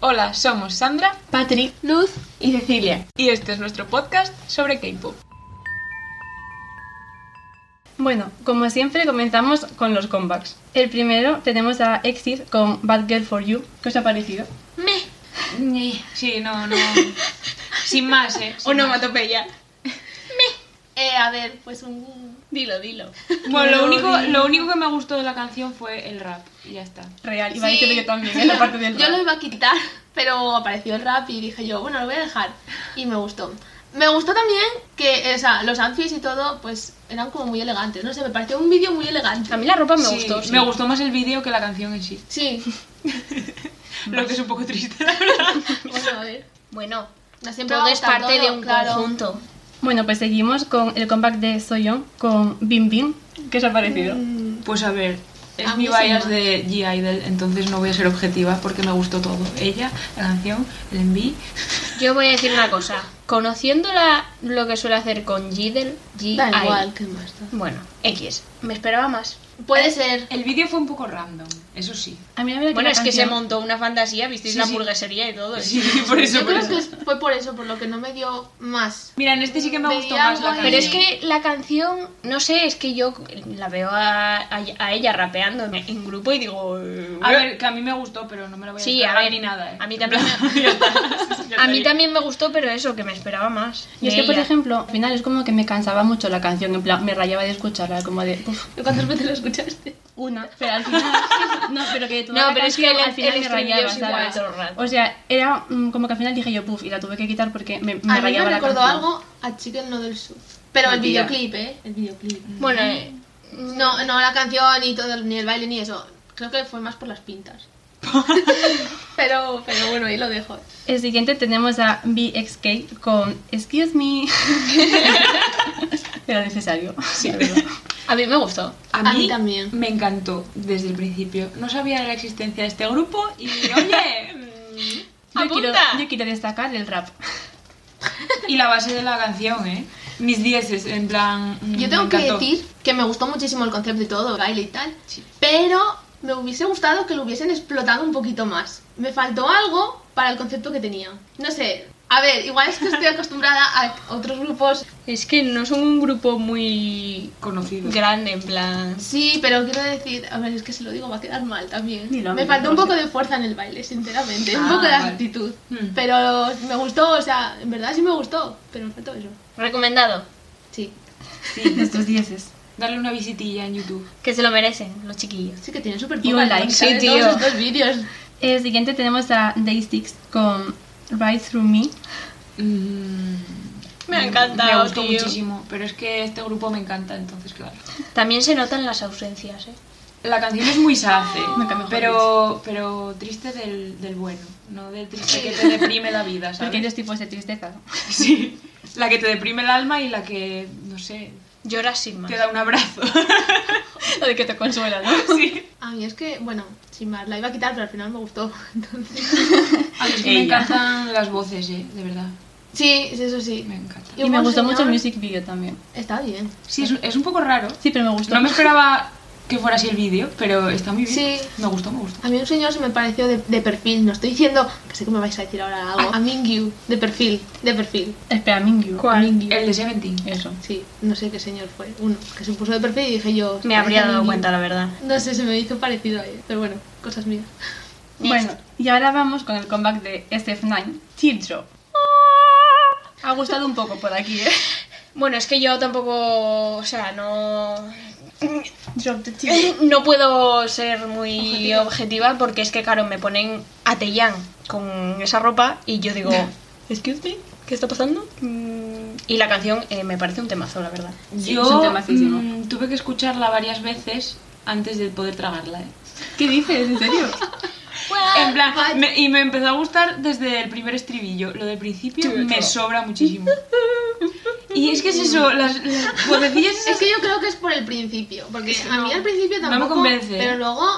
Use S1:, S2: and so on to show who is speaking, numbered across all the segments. S1: Hola, somos Sandra,
S2: Patrick, Luz y Cecilia.
S1: y este es nuestro podcast sobre K-pop.
S2: Bueno, como siempre comenzamos con los comebacks. El primero tenemos a Exit con Bad Girl for You. ¿Qué os ha parecido?
S3: Me. Eh,
S1: Sí, no, no. Sin más, ¿eh?
S3: Sin
S1: Onomatopeya.
S3: eh, a ver, pues un.
S2: Dilo, dilo.
S1: Bueno, lo único, lo único que me gustó de la canción fue el rap, y ya está.
S2: Real, iba a
S3: Sí.
S2: decirlo yo
S4: ¿eh?
S2: también, en la parte del
S3: Yo
S2: rap.
S3: lo iba a quitar, pero apareció el rap y dije yo, bueno, lo voy a dejar. Y me gustó. Me gustó también que, eh, o sea, los outfits y todo, pues eran como muy elegantes. No sé, me pareció un vídeo muy elegante.
S2: A mí la ropa Pues me
S1: Sí,
S2: gustó. sí.
S1: Me gustó más el vídeo que la canción en sí.
S3: Sí.
S1: Lo que es un poco triste, la verdad.
S3: Bueno, a ver.
S4: Bueno,
S3: No siempre
S4: todo
S3: va a
S4: es
S3: gustar
S4: parte
S3: todo,
S4: de un
S3: claro.
S4: conjunto.
S2: Bueno, pues seguimos con el comeback de Soyeon con Bim Bim. ¿Qué os ha parecido?
S4: Mm,
S3: Mm,
S1: Pues a ver, es
S3: A
S1: mi
S3: mí sin
S1: bias
S3: más.
S1: de G-Idol, entonces no voy a ser objetiva porque me gustó todo. Ella, la canción, el enví.
S4: Yo voy a decir una cosa. Conociendo la- lo que suele hacer con Gidel, G
S3: Da igual, qué más. da?
S4: Bueno, X. Me esperaba más.
S3: Puede ser.
S1: El vídeo fue un poco random, eso sí.
S2: A mí la verdad
S4: Bueno,
S2: la
S4: es que se
S2: canción-
S4: montó una fantasía, visteis
S1: Sí,
S4: la
S1: sí.
S4: hamburguesería y todo. ¿eh?
S1: Sí, por eso.
S3: Yo
S1: por
S3: creo
S1: eso.
S3: que fue por eso, por lo que no me dio más.
S1: Mira, en este sí que me
S3: Veía
S1: gustó más la
S3: algo ahí.
S4: Pero es
S1: canción.
S4: que la canción, no sé, es que yo la veo a, a- a ella rapeando en, en grupo y digo... "Eh".
S1: A ver, que a mí me gustó, pero no me la voy a
S4: Sí,
S1: descargar
S4: a ver,
S1: ni nada, ¿eh?
S4: a mí también
S1: me...
S4: a mí también me gustó, pero eso, que me esperaba más.
S2: Y es
S4: de
S2: que, por
S4: ella.
S2: ejemplo, al final es como que me cansaba mucho la canción, en plan, me rayaba de escucharla, como de, uff,
S3: ¿Cuántas veces lo escuchaste?
S2: Una, pero al final. No, pero que toda
S4: No,
S2: la
S4: pero es que
S2: canción
S4: el-
S2: al final
S4: el
S2: me
S4: estribillo
S2: rayaba,
S4: es igual
S2: ¿sabes?
S4: todo el rato.
S2: O sea, era mm, como que al final dije yo, puff, y la tuve que quitar porque me, me
S3: a mí
S2: rayaba
S3: me
S2: la
S3: recordó
S2: canción.
S3: algo a Chicken No del Sur. Pero el
S2: Mentira.
S3: videoclip, ¿eh? El videoclip.
S4: Bueno, eh,
S3: No, no la canción, ni todo, ni el baile, ni eso. Creo que fue más por las pintas. pero, pero bueno, ahí lo dejo.
S2: El siguiente tenemos a BXK con Excuse me. era necesario. Sí,
S4: a mí me gustó.
S1: A mí,
S3: A mí también.
S1: me encantó desde el principio. No sabía la existencia de este grupo y, oye... mm,
S2: Yo quiero,
S4: ¡Apunta!
S2: yo quiero destacar el rap.
S1: y la base de la canción, ¿eh? Mis dieces, en plan... mm,
S3: Yo
S1: me
S3: tengo que
S1: encantó.
S3: decir que me gustó muchísimo el concepto y todo, el baile y tal.
S1: Sí.
S3: Pero me hubiese gustado que lo hubiesen explotado un poquito más. Me faltó algo para el concepto que tenía. No sé. A ver, igual es que estoy acostumbrada a otros grupos.
S4: Es que no son un grupo muy
S1: Conocido.
S4: grande, en plan...
S3: Sí, pero quiero decir, a ver, es que si lo digo va a quedar mal también.
S2: Dilo,
S3: me
S2: hombre,
S3: faltó un
S2: no
S3: poco
S2: sé.
S3: de fuerza en el baile, sinceramente.
S1: Ah,
S3: un poco de
S1: vale.
S3: actitud.
S1: Hmm.
S3: Pero me gustó, o sea, en verdad sí me gustó, pero me faltó eso.
S4: Recomendado.
S3: Sí,
S2: De estos dieces.
S1: Darle una visitilla en YouTube.
S4: Que se lo merecen los chiquillos.
S3: sí que tiene súper
S2: Y un like,
S3: sí,
S2: sí, tío.
S3: todos estos vídeos.
S2: El Eh, siguiente tenemos a Daysticks con Ride Through Me.
S4: Mm, Me ha encantado,
S1: Me gustó
S4: tío.
S1: muchísimo, pero es que este grupo me encanta, entonces claro.
S4: También se notan las ausencias, ¿eh?
S1: La canción es muy safe,
S2: Nunca mejor
S1: pero, pero triste del, del bueno, no del triste que te deprime la vida,
S2: Porque hay
S1: ¿sabes?
S2: dos tipos de tristeza.
S1: Sí, la que te deprime el alma y la que, no sé,
S4: Lloras sin más.
S1: te da un abrazo.
S2: Lo de que te consuela, ¿no?
S1: Sí.
S3: A mí es que, bueno, sin más, la iba a quitar, pero al final me gustó. Entonces...
S1: A mí es que me
S2: Ella.
S1: encantan las voces, ¿eh? de verdad,
S3: Sí, sí, eso sí.
S1: me encanta.
S2: Y me
S3: un
S2: gustó mucho el
S3: señor-
S2: music video también.
S3: Está bien.
S1: Sí, es, es un poco raro.
S2: Sí, pero me gustó.
S1: No me esperaba que fuera así el vídeo, pero está muy bien.
S3: Sí.
S1: Me gustó, me gustó.
S3: A mí un señor se me pareció de, de perfil. No estoy diciendo que sé que me vais a decir ahora algo. A Mingyu, de perfil, de perfil.
S2: Espera, Mingyu.
S4: ¿Cuál?
S2: Mingyu.
S1: El de Seventeen.
S2: Eso.
S3: Sí, no sé qué señor fue. Uno que se puso de perfil y dije yo.
S4: Me habría
S3: "Parece
S4: dado
S3: Mingyu".
S4: cuenta, la verdad.
S3: No sé, se me hizo parecido a él. Pero bueno, cosas mías.
S4: Next.
S2: Bueno, y ahora vamos con el comeback de SF9, Teardrop. Ha gustado un poco por aquí, ¿eh?
S4: Bueno, es que yo tampoco... O sea, no...
S2: Drop the teardrop.
S4: No puedo ser muy objetiva, porque es que, claro, me ponen a Tellán con esa ropa y yo digo... Excuse me, ¿qué está pasando? Mm, Y la canción eh, me parece un temazo, la verdad.
S2: es un
S1: Yo
S2: temacísimo.
S1: mm, tuve que escucharla varias veces antes de poder tragarla. ¿eh?
S2: ¿Qué dices? ¿En serio? Ah,
S1: En plan, me- y me empezó a gustar desde el primer estribillo. Lo del principio me sobra muchísimo. Y es que es eso, las, las vocecillas esas-
S3: Es que yo creo que es por el principio. Porque
S1: Es que
S3: a mí
S1: no.
S3: al principio
S1: No me
S3: tampoco.
S1: convence.
S3: Pero luego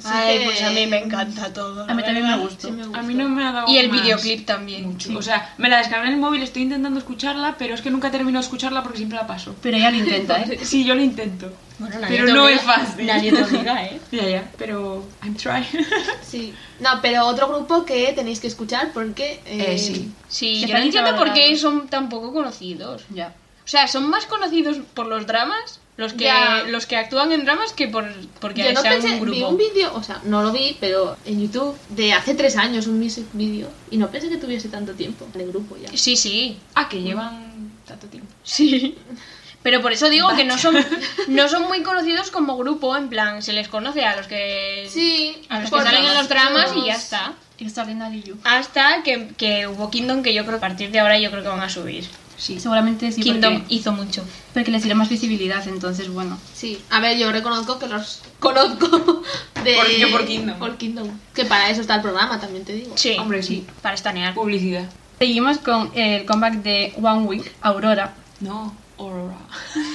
S3: sí
S4: ¿eh? Ay,
S3: que-
S4: pues a mí me encanta todo. la
S2: A mí también me
S4: verdad.
S2: gustó.
S3: sí me gustó.
S1: A mí no me ha dado
S4: Y el
S1: más.
S4: videoclip también.
S1: Sí, O sea, me la descargué en el móvil, estoy intentando escucharla, pero es que nunca termino de escucharla porque siempre la paso.
S2: Pero ella lo intenta, ¿eh?
S1: Sí, yo lo intento.
S4: Bueno, nadie
S1: pero
S4: te
S1: no
S4: obliga-
S1: es fácil.
S4: Nadie te obliga, ¿eh?
S1: Ya, ya, pero I'm trying.
S3: Sí. No, pero otro grupo que tenéis que escuchar porque... eh,
S1: Eh, sí.
S4: Sí,
S2: Están
S4: yo no entiendo por qué
S2: infravalorados.
S4: son tan poco conocidos.
S2: Ya.
S4: O sea, son más conocidos por los dramas, los que,
S3: Ya.
S4: los que actúan en dramas, que por, porque
S3: Yo no
S4: sean
S3: pensé,
S4: un grupo.
S3: vi un vídeo, o sea, no lo vi, pero en YouTube, de hace tres años, un music video, y no pensé que tuviese tanto tiempo de grupo ya.
S4: Sí, sí,
S1: Ah, que llevan tanto tiempo.
S4: sí. Pero por eso digo que no son, no son muy conocidos como grupo, en plan, se les conoce a los que,
S3: Sí,
S4: a los que
S3: por
S4: salen en los dramas y ya
S3: los-
S4: está.
S2: Extraordinary You.
S4: Hasta que, que hubo Kingdom, que yo creo que a partir de ahora yo creo que van a subir.
S1: Sí.
S2: Seguramente sí,
S4: Kingdom
S2: porque,
S4: hizo mucho.
S2: porque les dieron más visibilidad, entonces, bueno.
S3: Sí, a ver, yo reconozco que los conozco de...
S1: Por- yo por Kingdom.
S3: Por Kingdom. Que para eso está el programa, también te digo.
S4: Sí,
S1: Hombre, sí.
S4: para estanear.
S1: Publicidad.
S2: Seguimos con el comeback de One Week, Aurora.
S1: No, Aurora.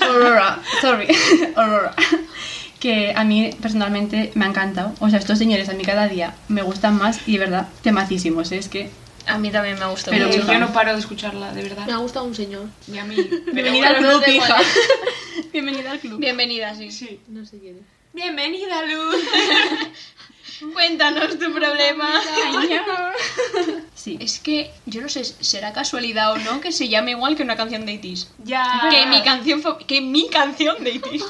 S2: Aurora, sorry, Aurora. Que a mí personalmente me ha encantado. O sea, estos señores a mí cada día me gustan más y de verdad, temacísimos. Es que
S4: A mí también me gustó
S2: Pero
S1: Pero
S4: mucho.
S1: yo no paro de escucharla, de verdad.
S3: Me ha gustado un señor.
S1: Y a mí. Pero
S2: Bienvenida al
S3: bueno,
S2: club,
S3: no sé
S2: hija.
S3: cuál
S2: Bienvenida al club.
S4: Bienvenida, sí.
S1: sí.
S3: No sé quién es.
S1: Bienvenida, Luz.
S4: Cuéntanos tu problema.
S2: Sí.
S4: Es que yo no sé, será casualidad o no que se llame igual que una canción de ITIS.
S1: ya.
S4: Que mi canción fa- que mi canción de ITIS.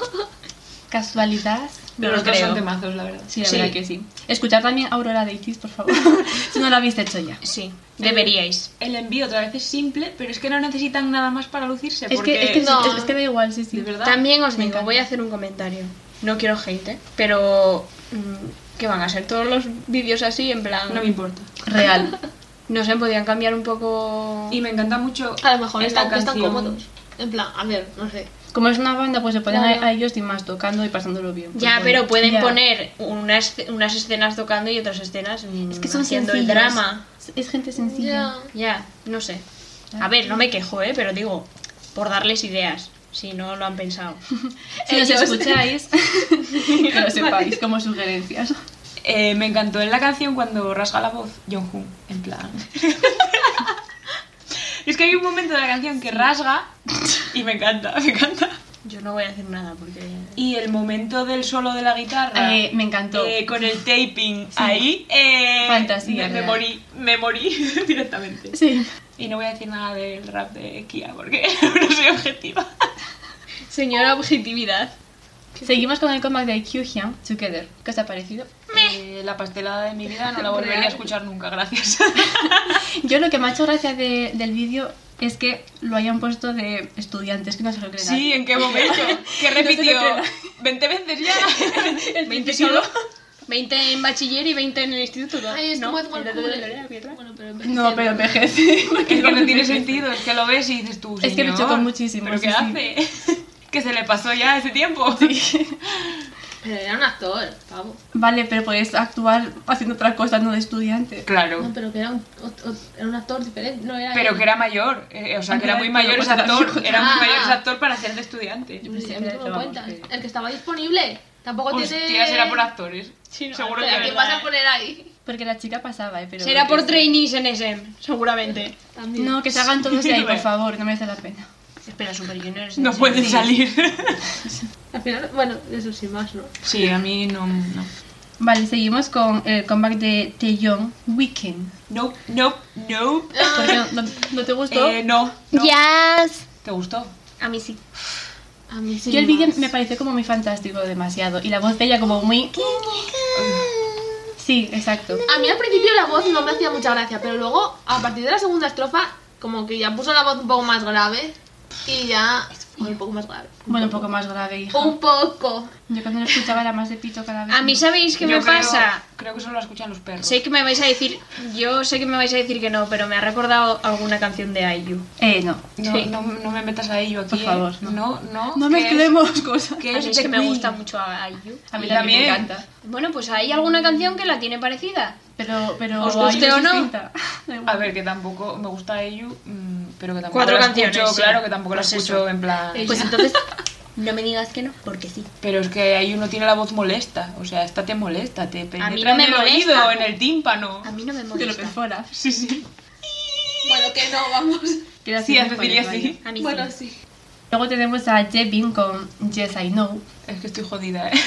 S2: Casualidad.
S1: Pero
S4: No
S1: los dos
S4: creo.
S1: son temazos, la verdad.
S2: Sí, la
S4: Sí.
S2: verdad que sí. Escuchar también Aurora Deitis, por favor. si no lo habéis hecho ya.
S4: Sí, deberíais.
S1: El envío otra vez es simple, pero es que no necesitan nada más para lucirse.
S2: Es
S1: porque...
S2: que, es, que,
S3: no.
S2: sí, es- es que da igual, sí, sí.
S1: De verdad.
S4: También os
S2: Me
S4: digo,
S2: encanta.
S4: voy a hacer un comentario. No quiero hate, ¿eh? pero mm, que van a ser todos los vídeos así en plan
S1: No me importa.
S2: Real.
S4: no sé, podían cambiar un poco
S1: Y me encanta mucho.
S3: A lo mejor
S1: en
S3: están,
S1: la
S3: que están
S1: canción.
S3: cómodos. En plan, a ver, no sé.
S2: Como es una banda, pues se ponen a-
S3: Claro.
S2: a, ellos y más tocando y pasándolo bien. Pues
S4: Ya,
S2: bueno.
S4: pero pueden
S2: Ya.
S4: poner unas, unas escenas tocando y otras escenas mm,
S2: Es que son
S4: haciendo
S2: sencillos.
S4: el drama.
S2: Es- Es gente sencilla.
S4: Ya, no sé. A ver, no me quejo, ¿eh? Pero digo, por darles ideas, si no lo han pensado. Eh,
S2: Si nos
S3: Ellos.
S2: escucháis, Eh, que lo sepáis como sugerencias.
S1: Eh, me encantó en la canción cuando rasga la voz Jonghoon, en plan. es que hay un momento de la canción que rasga y me encanta, me encanta.
S4: Yo no voy a decir nada porque...
S1: Y el momento del solo de la guitarra.
S2: Eh, me encantó.
S1: eh, con el taping ahí, eh,
S2: Fantasía
S1: me, me
S2: real.
S1: morí, me morí directamente.
S2: Sí.
S1: Y no voy a decir nada del rap de Kia porque no soy objetiva.
S4: Señora objetividad.
S2: Seguimos con el comeback de Kyuhyun, Together. ¿Qué os ha parecido?
S1: Eh, la pastelada de mi vida no la volvería a escuchar nunca, gracias.
S2: Yo lo que me ha hecho gracia de- del vídeo es que lo hayan puesto de estudiantes, que no se lo creen.
S1: Sí, ¿en qué momento? Que repitió
S2: creo.
S1: 20 veces ya.
S4: 20 solo. 20 en bachiller y 20 en el instituto.
S3: Ay, es
S4: ¿no?
S3: como Edward
S4: El-
S3: Cullen. Bueno, pero envejecido.
S2: No, pero envejece.
S1: Es que no tiene sentido, es que lo ves y dices tú.
S2: Es que me
S1: "Señor,
S2: chocó muchísimo,
S1: ¿Pero
S2: sí,
S1: qué
S2: sí.
S1: hace? que se le pasó ya ese tiempo.
S3: Pero era un actor, pavo.
S2: Vale, pero puedes actuar haciendo otras cosas, no de estudiante.
S1: Claro.
S3: No, pero que era un, o- o- era un actor diferente, no era
S1: Pero
S3: él.
S1: que era mayor, eh, o sea, que era muy
S2: Pero
S1: mayor ese
S2: pues,
S1: actor, era
S3: Ah.
S1: muy mayor ese actor para ser de estudiante.
S3: Yo pensé,
S2: Sí,
S3: a mí no me
S2: pero
S3: lo
S2: vamos,
S3: cuentas.
S2: que-
S3: El que estaba disponible tampoco tiene.
S1: Hostias, era por actores.
S4: Sí, no,
S1: Seguro
S3: Pero
S1: que
S3: ¿a quién
S1: era.
S4: verdad,
S3: vas a
S4: eh.
S3: poner ahí?
S2: Porque la chica pasaba, eh, pero...
S4: Será
S2: que
S4: por
S2: sí.
S4: trainees en SM, seguramente.
S3: También.
S2: No, que se hagan todos de ahí, por
S1: Sí.
S2: favor, no merece la pena.
S4: Espera, Super Junior es
S1: No
S4: SM.
S1: pueden salir.
S3: Al final, bueno, eso sí, más, ¿no?
S1: Sí, a mí no. No,
S2: Vale, seguimos con el comeback de Taeyong, Weekend.
S1: no, no. No.
S2: ¿Por qué no, no- no te gustó?
S1: Ah. Eh, no. no.
S4: Yes.
S1: ¿Te gustó?
S4: A mí sí.
S3: A mí sí.
S2: Yo el vídeo
S3: más.
S2: me pareció como muy fantástico demasiado y la voz de ella como muy... Sí, exacto.
S3: A mí al principio la voz no me hacía mucha gracia, pero luego, a partir de la segunda estrofa, como que ya puso la voz un poco más grave. Y ya. Bueno, un poco más grave.
S2: Bueno, un poco más grave, hija.
S1: Oh.
S3: Un poco.
S2: Yo cuando lo escuchaba era más de pito cada vez.
S4: A mí, ¿sabéis qué
S1: Yo
S4: me
S1: creo-
S4: pasa?
S1: Creo que solo la escuchan los perros.
S4: Sé que me vais a decir, yo sé que me vais a decir que no, pero me ha recordado alguna canción de IU.
S2: Eh, no.
S1: No,
S4: Sí.
S1: no, no me metas ahí yo aquí.
S2: Por favor,
S1: ¿eh?
S2: no.
S1: No, no.
S2: No
S1: que es-
S2: mezclemos cosas.
S1: que
S4: A mí
S1: es
S4: es
S1: de
S4: que me
S1: Queen.
S4: gusta mucho a IU.
S2: A mí
S1: Y
S2: también me
S1: también-
S2: encanta.
S4: Bueno, pues hay alguna canción que la tiene parecida.
S2: Pero, pero...
S4: ¿Os guste
S2: ay,
S4: o
S2: es
S4: no?
S2: distinta. Da igual.
S1: A ver, que tampoco me gusta ello, mm, pero que tampoco
S4: Cuatro
S1: la
S4: canciones,
S1: escucho,
S4: sí.
S1: claro, que tampoco la
S4: Pues
S1: escucho
S4: eso.
S1: en plan...
S3: Eh,
S4: Pues
S3: Ya.
S4: entonces, No me digas que no, porque sí.
S1: Pero es que ahí uno tiene la voz molesta. O sea, esta te molesta, te penetra
S4: mí no me
S1: en el
S4: molesta.
S1: oído, en el tímpano.
S4: A mí no me
S2: Te lo
S4: molesta.
S2: perfora.
S1: Sí, sí.
S3: Bueno, que no, vamos.
S2: Quiero
S1: Sí,
S2: decir,
S1: a Cecilia
S2: vaya.
S1: sí.
S4: A mí
S3: Bueno,
S4: sí.
S3: sí.
S2: Luego tenemos a Jevin con Yes I Know.
S1: Es que estoy jodida, ¿eh?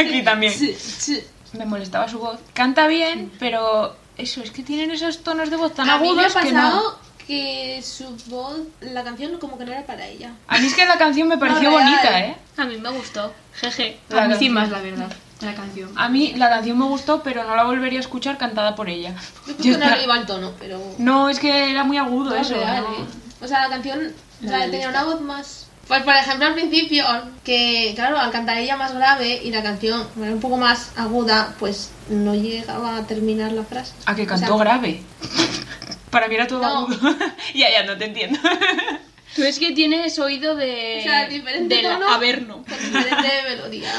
S1: Aquí también.
S3: Sí, sí.
S1: Me molestaba su voz. Canta bien, pero eso, es que tienen esos tonos de voz tan
S3: A mí
S1: agudos
S3: me ha
S1: que no.
S3: pasado que su voz, la canción como que no era para ella.
S1: A mí es que la canción me pareció
S3: real.
S1: bonita, ¿eh?
S4: A mí me gustó. Jeje.
S1: La
S2: A mí sí
S1: canción.
S2: más, la verdad, la canción.
S1: A mí la canción me gustó, pero no la volvería a escuchar cantada por ella. Ya
S3: Yo creo que no
S1: está.
S3: le iba al tono, pero...
S1: No, es que era muy agudo
S3: No,
S1: eso.
S3: real,
S1: ¿no?
S3: ¿eh? O sea, la canción
S2: La
S3: la
S2: realista.
S3: tenía una voz más. Pues por ejemplo al principio, que claro, al cantar ella más grave y la canción como era un poco más aguda, pues no llegaba a terminar la frase.
S4: Ah,
S1: A que
S3: O sea,
S1: cantó grave. Para mí era todo
S3: No.
S1: agudo. ya, ya, no te entiendo.
S4: Tú es que tienes oído de.
S3: O sea, diferente
S4: del
S3: tono.
S4: Averno.
S3: con diferente melodía.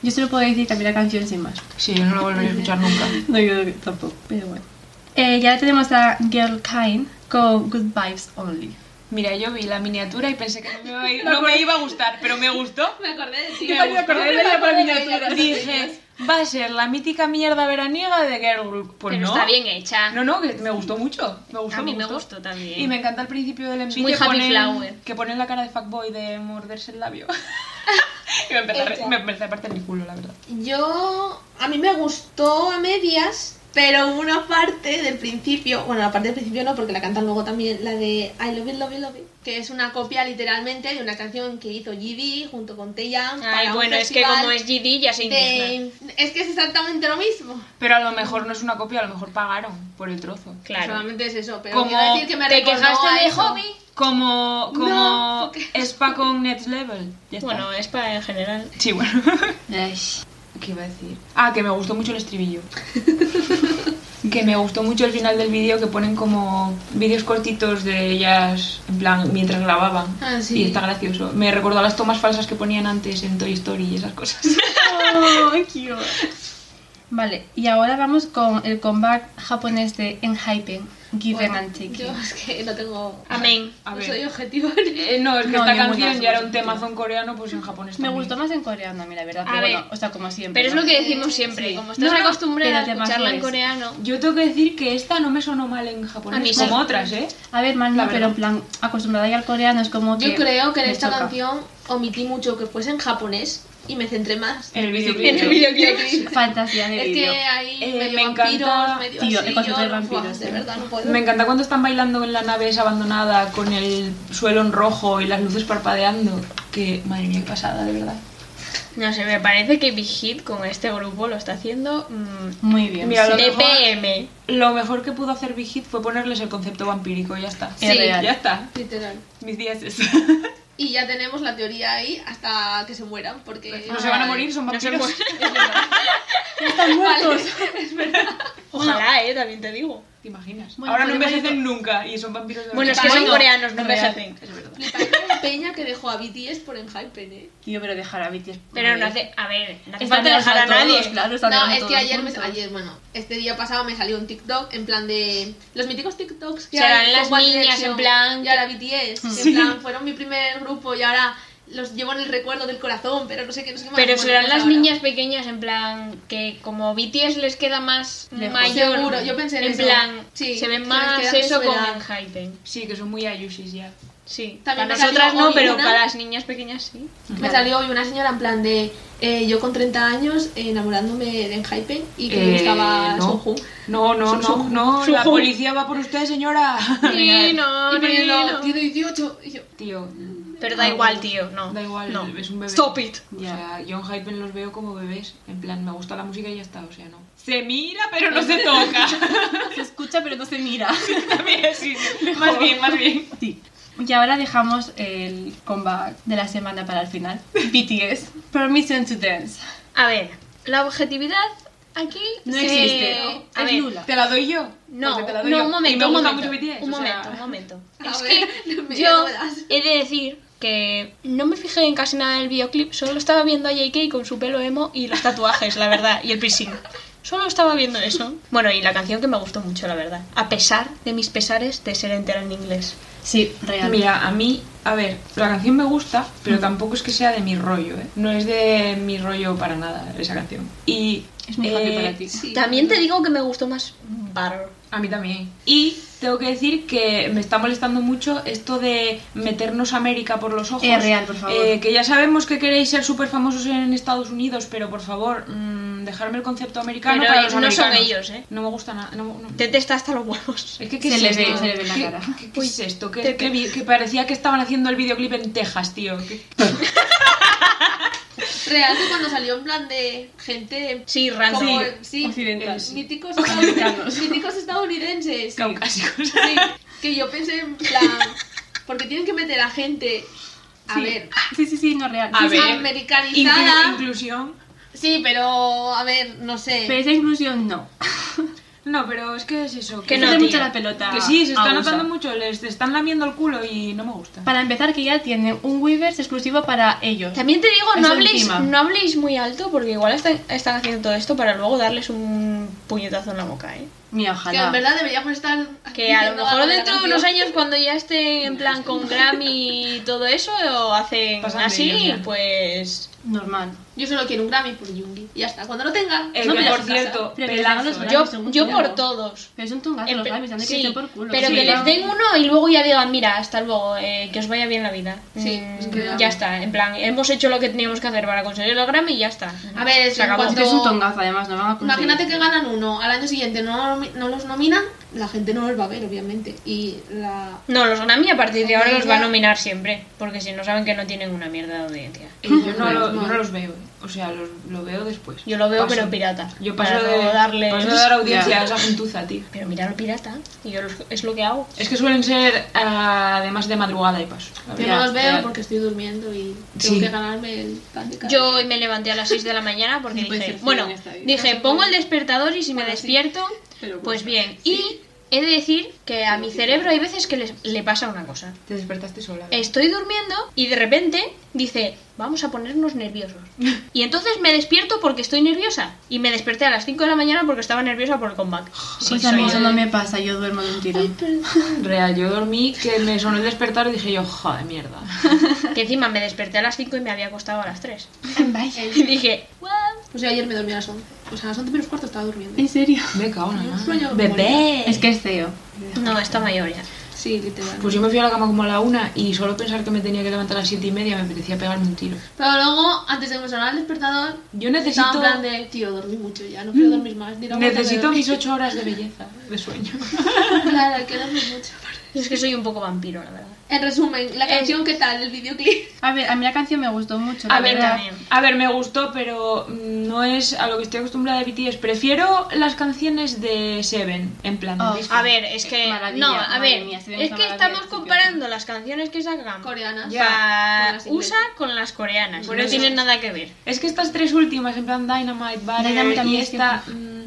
S2: Yo solo puedo decir que a mí la canción sin más.
S1: sí, yo no la volveré a escuchar nunca.
S2: No, yo tampoco, pero bueno. Eh, ya tenemos a Girl Kind con Good Vibes Only.
S1: Mira, yo vi la miniatura y pensé que no me, iba a ir- no me iba a gustar, pero me gustó.
S3: Me acordé de ti.
S1: Me gustó. Dije, va a ser la mítica mierda veraniega de Girl Group. Pues
S4: Pero
S1: no.
S4: está bien hecha.
S1: No, no, que me gustó mucho. Me gustó,
S4: a mí me gustó también.
S1: Y me encanta al principio del MV
S4: muy
S1: que,
S4: happy flower.
S1: ponen, que ponen la cara de fuckboy de morderse el labio. y me empecé, a, re-
S3: Ella.
S1: me empecé a partir el culo, la verdad.
S3: Yo, a mí me gustó a medias, pero hubo una parte del principio, bueno, la parte del principio no, porque la cantan luego también, la de I Love It, Love It, Love It, que es una copia literalmente de una canción que hizo GB junto con Taeyang
S4: Ay,
S3: para un
S4: bueno, es que
S3: festival
S4: como es GD ya se indigna.
S3: de... Es que es exactamente lo mismo.
S1: Pero a lo mejor no es una copia, a lo mejor pagaron por el trozo.
S4: Claro.
S3: Solamente es eso, pero
S1: Como
S3: quiero decir que me
S4: te
S3: recordó
S4: quejaste
S3: a
S4: de
S3: eso.
S4: hobby.
S1: Como, como
S3: No, porque-
S1: Spa con Next Level. Ya está.
S4: Bueno, eh. es para en general.
S1: Sí, bueno. ¿Qué iba a decir? Ah, que me gustó mucho el estribillo. que me gustó mucho el final del vídeo que ponen como vídeos cortitos de ellas, en plan, mientras grababan.
S3: Ah, sí.
S1: Y está gracioso. Me recordó a las tomas falsas que ponían antes en Toy Story y esas cosas.
S2: Ay, cute. Vale, y ahora vamos con el comeback japonés de Enhypen, Given
S3: Bueno,
S2: and Taken.
S3: Yo es que no tengo...
S4: Amén.
S1: A
S3: no
S1: ver.
S3: soy objetivo.
S1: Eh, no, es que
S2: No,
S1: esta
S2: ninguna,
S1: canción ya era un
S2: ninguna.
S1: temazo en coreano, pues en japonés
S2: Me
S1: también.
S2: gustó más en coreano a mí, la verdad,
S4: A
S2: pero
S4: ver.
S2: bueno, o sea, como siempre.
S4: Pero es
S2: ¿no?
S4: lo que decimos siempre.
S2: Sí.
S4: Como estás
S2: No, no,
S4: acostumbrada
S2: pero
S4: a
S2: te
S4: escucharla en
S2: mazo es.
S4: coreano.
S1: Yo tengo que decir que esta no me sonó mal en japonés,
S4: A mí sí.
S1: como otras, ¿eh?
S2: A ver, mal no,
S1: La
S2: pero en
S1: verdad.
S2: plan, acostumbrada ya al coreano es como que...
S3: Yo creo que en
S2: me
S3: esta
S2: choca.
S3: canción omití mucho que fuese en japonés y me centré más
S1: En el
S4: En el
S1: videoclip.
S4: videoclip.
S2: Fantasía de
S3: Es que
S2: vídeo.
S3: ahí
S1: Eh,
S3: medio
S1: me
S3: vampiros,
S1: encanta-
S3: medio
S2: Tío,
S3: así,
S2: el concepto de
S3: yo no-
S2: vampiros, eh.
S3: buah, de
S2: sí.
S3: verdad, no puedo.
S1: Me encanta cuando están bailando en la nave esa abandonada con el suelo en rojo y las luces parpadeando. Que madre mía, qué pasada, de verdad.
S4: No sé, me parece que Big Hit con este grupo lo está haciendo. mm,
S2: Muy bien.
S1: Mira,
S2: sí.
S1: lo mejor-
S4: BPM.
S1: Lo mejor que pudo hacer Big Hit fue ponerles el concepto vampírico, ya está.
S2: Es
S4: sí,
S2: real.
S1: Ya está.
S3: Literal.
S1: Mis días es.
S3: Y ya tenemos la teoría ahí hasta que se mueran,
S2: Pues,
S3: porque...
S2: ah,
S1: No se van a morir, son
S4: No se
S1: vampiros.
S2: Están muertos.
S4: Ojalá, eh, también te digo.
S1: ¿Te imaginas?
S2: Bueno,
S1: Ahora no
S2: podemos-
S1: envejecen nunca y son vampiros de
S4: Bueno, es
S1: verdad.
S4: que son
S3: Bueno,
S4: coreanos, no
S2: real.
S4: envejecen.
S1: Es verdad.
S3: Me parece la peña que dejó a BTS por Enhypen, ¿eh?
S2: Tío, pero dejar a BTS...
S4: Pero no hace. A ver, no hace
S2: Están
S4: falta dejar a
S2: todos,
S4: nadie.
S2: Claro, están
S3: No,
S2: todos
S3: es que ayer, me-
S2: juntos.
S3: ayer, bueno, este día pasado me salió un TikTok en plan de... Los míticos TikToks que
S4: Serán
S3: hay con
S4: las
S3: One
S4: niñas,
S3: Direction
S4: en plan-
S3: Y ahora BTS, en
S1: Sí.
S3: plan, fueron mi primer grupo y ahora los llevo en el recuerdo del corazón, pero no sé qué, no sé qué más.
S4: Pero
S3: Bueno,
S4: serán
S3: pues
S4: las
S3: ahora.
S4: niñas pequeñas, en plan, que como BTS les queda más
S2: Lejos.
S4: mayor.
S3: Seguro, yo pensé en eso.
S4: plan,
S3: Sí,
S4: se
S3: que
S4: ven
S3: les
S4: más
S3: queda
S4: eso
S3: su
S4: con
S3: edad.
S4: Enhypen.
S1: Sí, que son muy ayushis ya.
S4: Sí,
S3: También me
S4: para
S3: salió
S4: nosotras no,
S3: hoy
S4: pero
S3: una-
S4: para las niñas pequeñas sí.
S3: Me salió hoy una señora en plan de eh, yo con 30 años eh, enamorándome de Enhypen y que me
S1: Eh,
S3: gustaba
S1: no.
S3: Sunju.
S1: No, no,
S3: Son-
S1: no,
S3: son-
S1: no.
S4: son-
S1: La policía va por usted, señora.
S4: Sí, no,
S3: y poniendo,
S4: no.
S3: tiene 18. Y yo,
S1: Tío,
S4: Pero da igual, tío, no.
S1: da igual,
S4: no.
S1: es un bebé.
S4: Stop it.
S1: O sea, yo en Hypen los veo como bebés. En plan, me gusta la música y ya está, o sea, no. Se mira, pero no se toca.
S2: Se escucha, pero no se mira.
S1: También, sí, sí. Más bien, más bien.
S2: Sí. Y ahora dejamos el comeback de la semana para el final. BTS, Permission to Dance.
S4: A ver, la objetividad aquí
S2: No
S4: se-
S2: existe.
S4: A
S2: es
S4: ver,
S2: nula.
S1: ¿Te la doy yo?
S4: No,
S1: Porque te la doy
S4: no,
S1: yo.
S4: un
S1: Y
S4: momento,
S1: me
S4: un
S1: gusta
S4: momento,
S1: mucho BTS,
S4: un
S1: o sea,
S4: momento, un momento.
S3: A
S4: Es
S3: ver,
S4: que
S3: no me
S4: yo
S3: jodas.
S4: he de decir que no me fijé en casi nada del videoclip, solo estaba viendo a JK con su pelo emo y los tatuajes, la verdad, y el piercing. Solo estaba viendo eso. Bueno, y la canción que me gustó mucho, la verdad. A pesar de mis pesares de ser entera en inglés.
S2: Sí, real.
S1: Mira, a mí, A ver, la canción me gusta, pero tampoco es que sea de mi rollo, ¿eh? No es de mi rollo para nada esa canción. Y. eh,
S2: Es muy happy para ti.
S3: Sí.
S4: También te digo que me gustó más Butter.
S1: A mí también. Y tengo que decir que me está molestando mucho esto de meternos América por los ojos.
S2: Es real, por favor.
S1: Eh, que ya sabemos que queréis ser súper famosos en Estados Unidos, pero por favor, mm, dejarme el concepto americano
S4: Pero
S1: para los
S4: no son
S1: americanos.
S4: ellos, ¿eh?
S1: No me gusta nada. no- no-
S4: Te testa hasta los huevos.
S1: Es que, ¿qué
S2: Se
S1: es
S2: le
S1: esto?
S2: ve- se le ve la
S1: ¿Qué-
S2: cara.
S1: qué- qué es esto? ¿Qué-
S4: te-
S1: qué vi- que parecía que estaban haciendo el videoclip en Texas, tío. ¿Qué-
S3: Real que cuando salió en plan de gente
S4: Sí,
S3: como,
S4: random.
S3: sí,
S2: occidental.
S3: eh, míticos,
S2: Occidentanos.
S3: estadounidenses, míticos estadounidenses, sí,
S1: Caucásicos.
S3: sí, que yo pensé en plan, porque tienen que meter a gente, a
S2: Sí.
S3: ver,
S2: Sí, sí, sí, no real.
S1: A
S2: Sí, sí.
S1: ver. Inclu-
S3: americanizada,
S1: inclusión.
S3: sí, pero a ver, no sé,
S2: Pero esa inclusión no.
S1: No, pero es que es eso.
S4: Que
S2: Se
S4: no,
S2: hace
S4: tío.
S2: mucho la pelota.
S1: Que sí, se
S2: a
S1: está
S2: USA.
S1: notando mucho, les están lamiendo el culo y no me gusta.
S2: Para empezar, que ya tienen un Weavers exclusivo para ellos.
S4: También te digo, no
S2: Eso
S4: habléis,
S2: encima.
S4: no habléis muy alto porque igual están, están haciendo todo esto para luego darles un puñetazo en la boca, ¿eh?
S2: Mira,
S1: Ah,
S3: que
S2: ojalá.
S3: en verdad deberíamos estar
S4: Que a lo
S3: diciendo
S4: mejor
S3: algo de la
S4: dentro de
S3: canción.
S4: unos años cuando ya estén en plan con Grammy y todo eso o hacen
S1: Pasan de
S4: así,
S1: ellos ya.
S4: pues...
S2: Normal.
S3: Yo solo quiero un Grammy por Yungi, y ya está, cuando lo tenga,
S1: Eh,
S3: no
S1: que
S3: me
S1: por
S3: las pasa.
S1: cierto,
S2: Pero que les
S1: pelazo.
S2: hagan los
S1: ¿eh?
S4: Yo,
S2: Grammy son un
S4: yo por
S2: puñado.
S4: todos.
S2: Pero es un tongazo los
S4: Empe-
S2: Grammys, anda que
S4: Em, sí,
S2: sea por culo.
S4: pero
S2: Sí,
S4: que les
S2: claro.
S4: den uno y luego ya digan, mira, hasta luego, eh, que os vaya bien la vida.
S3: Sí,
S4: Mm,
S3: es que
S4: ya
S3: ya.
S4: está, en plan, hemos hecho lo que teníamos que hacer para conseguir el Grammy y ya está.
S3: A ver,
S4: se acabó.
S2: Es que es un tongazo, además, no van a conseguir.
S3: Imagínate que ganan uno, al año siguiente no, nomi- no los nominan, la gente no los va a ver, obviamente. Y la.
S4: No, los Grammy a partir de ahora
S3: Hombre,
S4: los va a
S3: ya.
S4: nominar siempre, porque si no saben que no tienen una mierda de audiencia.
S1: Eh, yo, no
S3: Menos
S1: lo- yo
S3: mal.
S1: no los veo, eh. o sea, los- lo veo después.
S4: Yo lo veo
S1: Paso.
S4: pero pirata.
S1: Yo paso
S4: para
S1: de,
S4: no darle...
S1: paso de dar audiencia
S2: Ya.
S1: a esa gentuza, tío.
S4: Pero mira lo pirata, y yo los- es lo que hago.
S1: Es que suelen ser ah, además de madrugada y paso. la
S3: Yo
S1: verdad.
S2: Ya,
S3: no los veo
S2: ya.
S3: porque estoy durmiendo y tengo
S1: Sí.
S3: que ganarme el pan de cada
S4: Yo
S3: día.
S4: hoy me levanté a las 6 de la mañana porque
S2: No puede ser
S4: dije,
S2: frío
S4: bueno,
S2: en esta vida.
S4: dije, pongo el despertador y si me despierto,
S2: pero
S4: pues bien. Y he de decir que a mi cerebro hay veces que les- le pasa una cosa.
S1: Te despertaste sola. ¿verdad?
S4: Estoy durmiendo y de repente dice, vamos a ponernos nerviosos. Y entonces me despierto porque estoy nerviosa. Y me desperté a las 5 de la mañana porque estaba nerviosa por el comeback. Sí,
S2: Pues a
S4: soy
S2: mí
S4: yo.
S2: eso no me pasa, yo duermo de un tiro.
S1: Real, yo dormí que me sonó el despertar y dije yo, joder, mierda.
S4: Que encima me desperté a las 5 y me había acostado a las 3.
S2: Vaya.
S4: Y dije, wow.
S3: O sea, Pues ayer me dormí a las 11. O sea, a las 11 menos cuarto estaba durmiendo.
S2: ¿En serio?
S1: Me cago en la
S3: Un
S1: nada.
S3: sueño
S1: Bebé.
S2: Es que es CEO.
S4: No, está mayor ya.
S3: Sí, literal.
S1: Pues yo me fui a la cama como a la una y solo pensar que me tenía que levantar a las siete y media me parecía pegarme un tiro.
S3: Pero luego, antes de que me sonara el despertador,
S1: Yo
S3: estaba
S1: necesito, Mm.
S3: en plan de, tío, dormí mucho ya, no quiero dormir más. Ni la vuelta
S1: necesito
S3: que
S1: mis ocho horas de belleza, de sueño.
S3: dormí. Claro, hay que dormir mucho.
S4: Es que soy un poco vampiro, la verdad.
S3: En resumen, la
S4: Eh,
S3: canción, ¿qué tal? El videoclip.
S2: A ver, a mí la canción me gustó mucho.
S1: A
S2: la
S1: ver,
S2: verdad.
S4: también.
S1: a ver, me gustó, pero mm, no es a lo que estoy acostumbrada de BTS. Prefiero las canciones de Seven, en plan.
S2: Oh,
S1: disco.
S4: A ver, es que.
S2: Maravilla,
S4: no, a
S2: madre
S4: ver.
S2: mía, si vemos
S4: es
S2: a
S4: que
S2: Maravilla,
S4: estamos
S2: sí que-
S4: comparando las canciones que sacan
S3: Coreanas.
S1: Ya.
S3: Con
S4: para
S3: las
S4: USA
S3: inglesas.
S4: con las coreanas.
S1: Por
S4: no
S1: eso.
S4: tienen nada que ver.
S1: Es que estas tres últimas, en plan Dynamite,
S2: Dynamite
S1: Butter y
S2: también es
S1: esta. mm,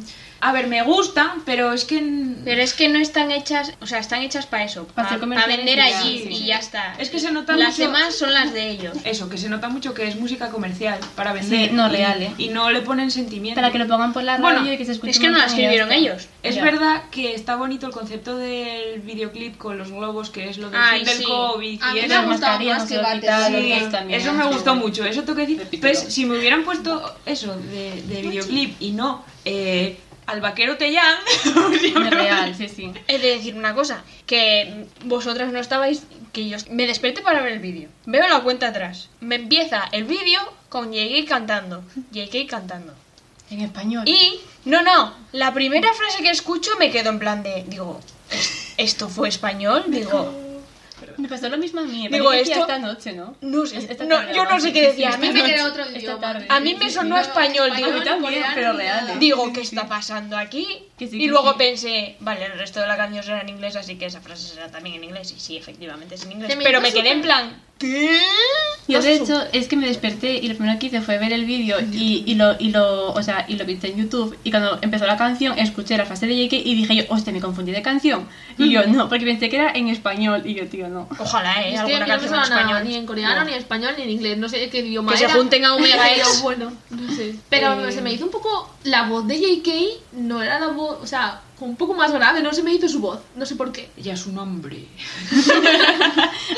S1: a ver, me gustan, pero es que. mm,
S4: Pero es que no están hechas. O sea, están hechas para eso.
S2: Para
S4: Para
S2: hacer comerciales
S4: vender
S2: y ya,
S4: allí
S2: sí,
S4: y
S2: sí.
S4: ya está.
S1: Es que se nota
S4: Las
S1: mucho-
S4: demás son las de ellos.
S1: Eso, que se nota mucho que es música comercial para vender.
S2: Sí, no,
S1: y-
S2: real, ¿eh?
S1: Y no le ponen sentimiento.
S2: Para que lo pongan por la radio
S1: Bueno,
S2: y que se escuche.
S4: es que no la
S2: las
S4: escribieron ellos.
S1: Es
S2: Ya.
S1: verdad que está bonito el concepto del videoclip con los globos, que es lo del
S4: Ay,
S1: fin del
S4: sí.
S1: COVID
S3: A
S1: y
S3: mí
S1: eso.
S3: me ha
S2: Las
S3: gustado
S2: mascarillas
S3: más
S2: no
S3: que
S2: se lo
S3: Bates.
S2: quitaron,
S1: Sí,
S2: ellos también. ¿eh?
S1: eso me
S2: Sí,
S1: gustó
S2: bueno.
S1: mucho, eso tengo que decir.
S2: Repito.
S1: Pues si me hubieran puesto eso de, de videoclip y no eh, al vaquero Tellán,
S2: Es real, sí, sí.
S4: He de decir una cosa, que vosotras no estabais, que yo me desperté para ver el vídeo. Veo la cuenta atrás. Me empieza el vídeo con JK cantando. JK cantando.
S2: En español.
S4: Y, no, no, la primera frase que escucho me quedo en plan de, digo, "¿Es- ¿esto fue español? Digo,
S2: Me pasó lo mismo a mí.
S4: Digo,
S2: Digo, esto...
S4: esto-
S2: esta noche, ¿no?
S4: no sé,
S2: Esta
S4: no,
S2: tarde,
S4: yo no
S2: ¿no?
S4: sé
S2: Sí,
S4: qué
S2: sí,
S4: decía.
S2: sí,
S4: A
S3: A
S4: mí
S3: mí
S4: me
S2: esta
S3: me
S2: noche.
S3: queda otro
S2: Esta
S3: idioma.
S2: tarde.
S4: A mí me sonó
S3: no,
S4: español, digo,
S3: español,
S2: a mí también,
S3: coreano,
S2: pero
S3: ni
S2: real,
S3: nada.
S2: ¿eh?
S4: Digo,
S2: Sí,
S4: ¿qué
S2: sí,
S4: está
S2: sí.
S4: pasando aquí?
S2: Que sí,
S4: y
S2: que
S4: luego
S2: sí.
S4: pensé, vale, el resto de la canción será en inglés, así que esa frase será también en inglés. Y sí, efectivamente es en inglés.
S3: Se me
S4: Pero
S3: hizo
S4: me quedé en
S3: súper-
S4: plan, ¿qué?
S2: Yo
S4: No
S2: de
S4: sé,
S2: hecho es que me desperté y lo primero que hice fue ver el vídeo y, y lo y lo o sea y lo vi en YouTube y cuando empezó la canción escuché la frase de JK y dije yo hostia me confundí de canción y yo no porque pensé que era en español y yo tío no
S4: Ojalá, ¿eh?
S3: Es que a
S4: alguna
S3: mí no me
S4: canción en
S3: suena nada,
S4: español.
S3: ni en coreano,
S4: No.
S3: ni en español, ni en inglés. No sé qué idioma
S4: Que se
S3: era.
S4: junten a Omega
S3: Pero
S4: X.
S3: bueno, no sé. Pero
S2: Eh.
S3: se me hizo un poco... La voz de JK no era la voz... O sea, como un poco más grave. No se me hizo su voz. No sé por qué.
S1: ya su nombre.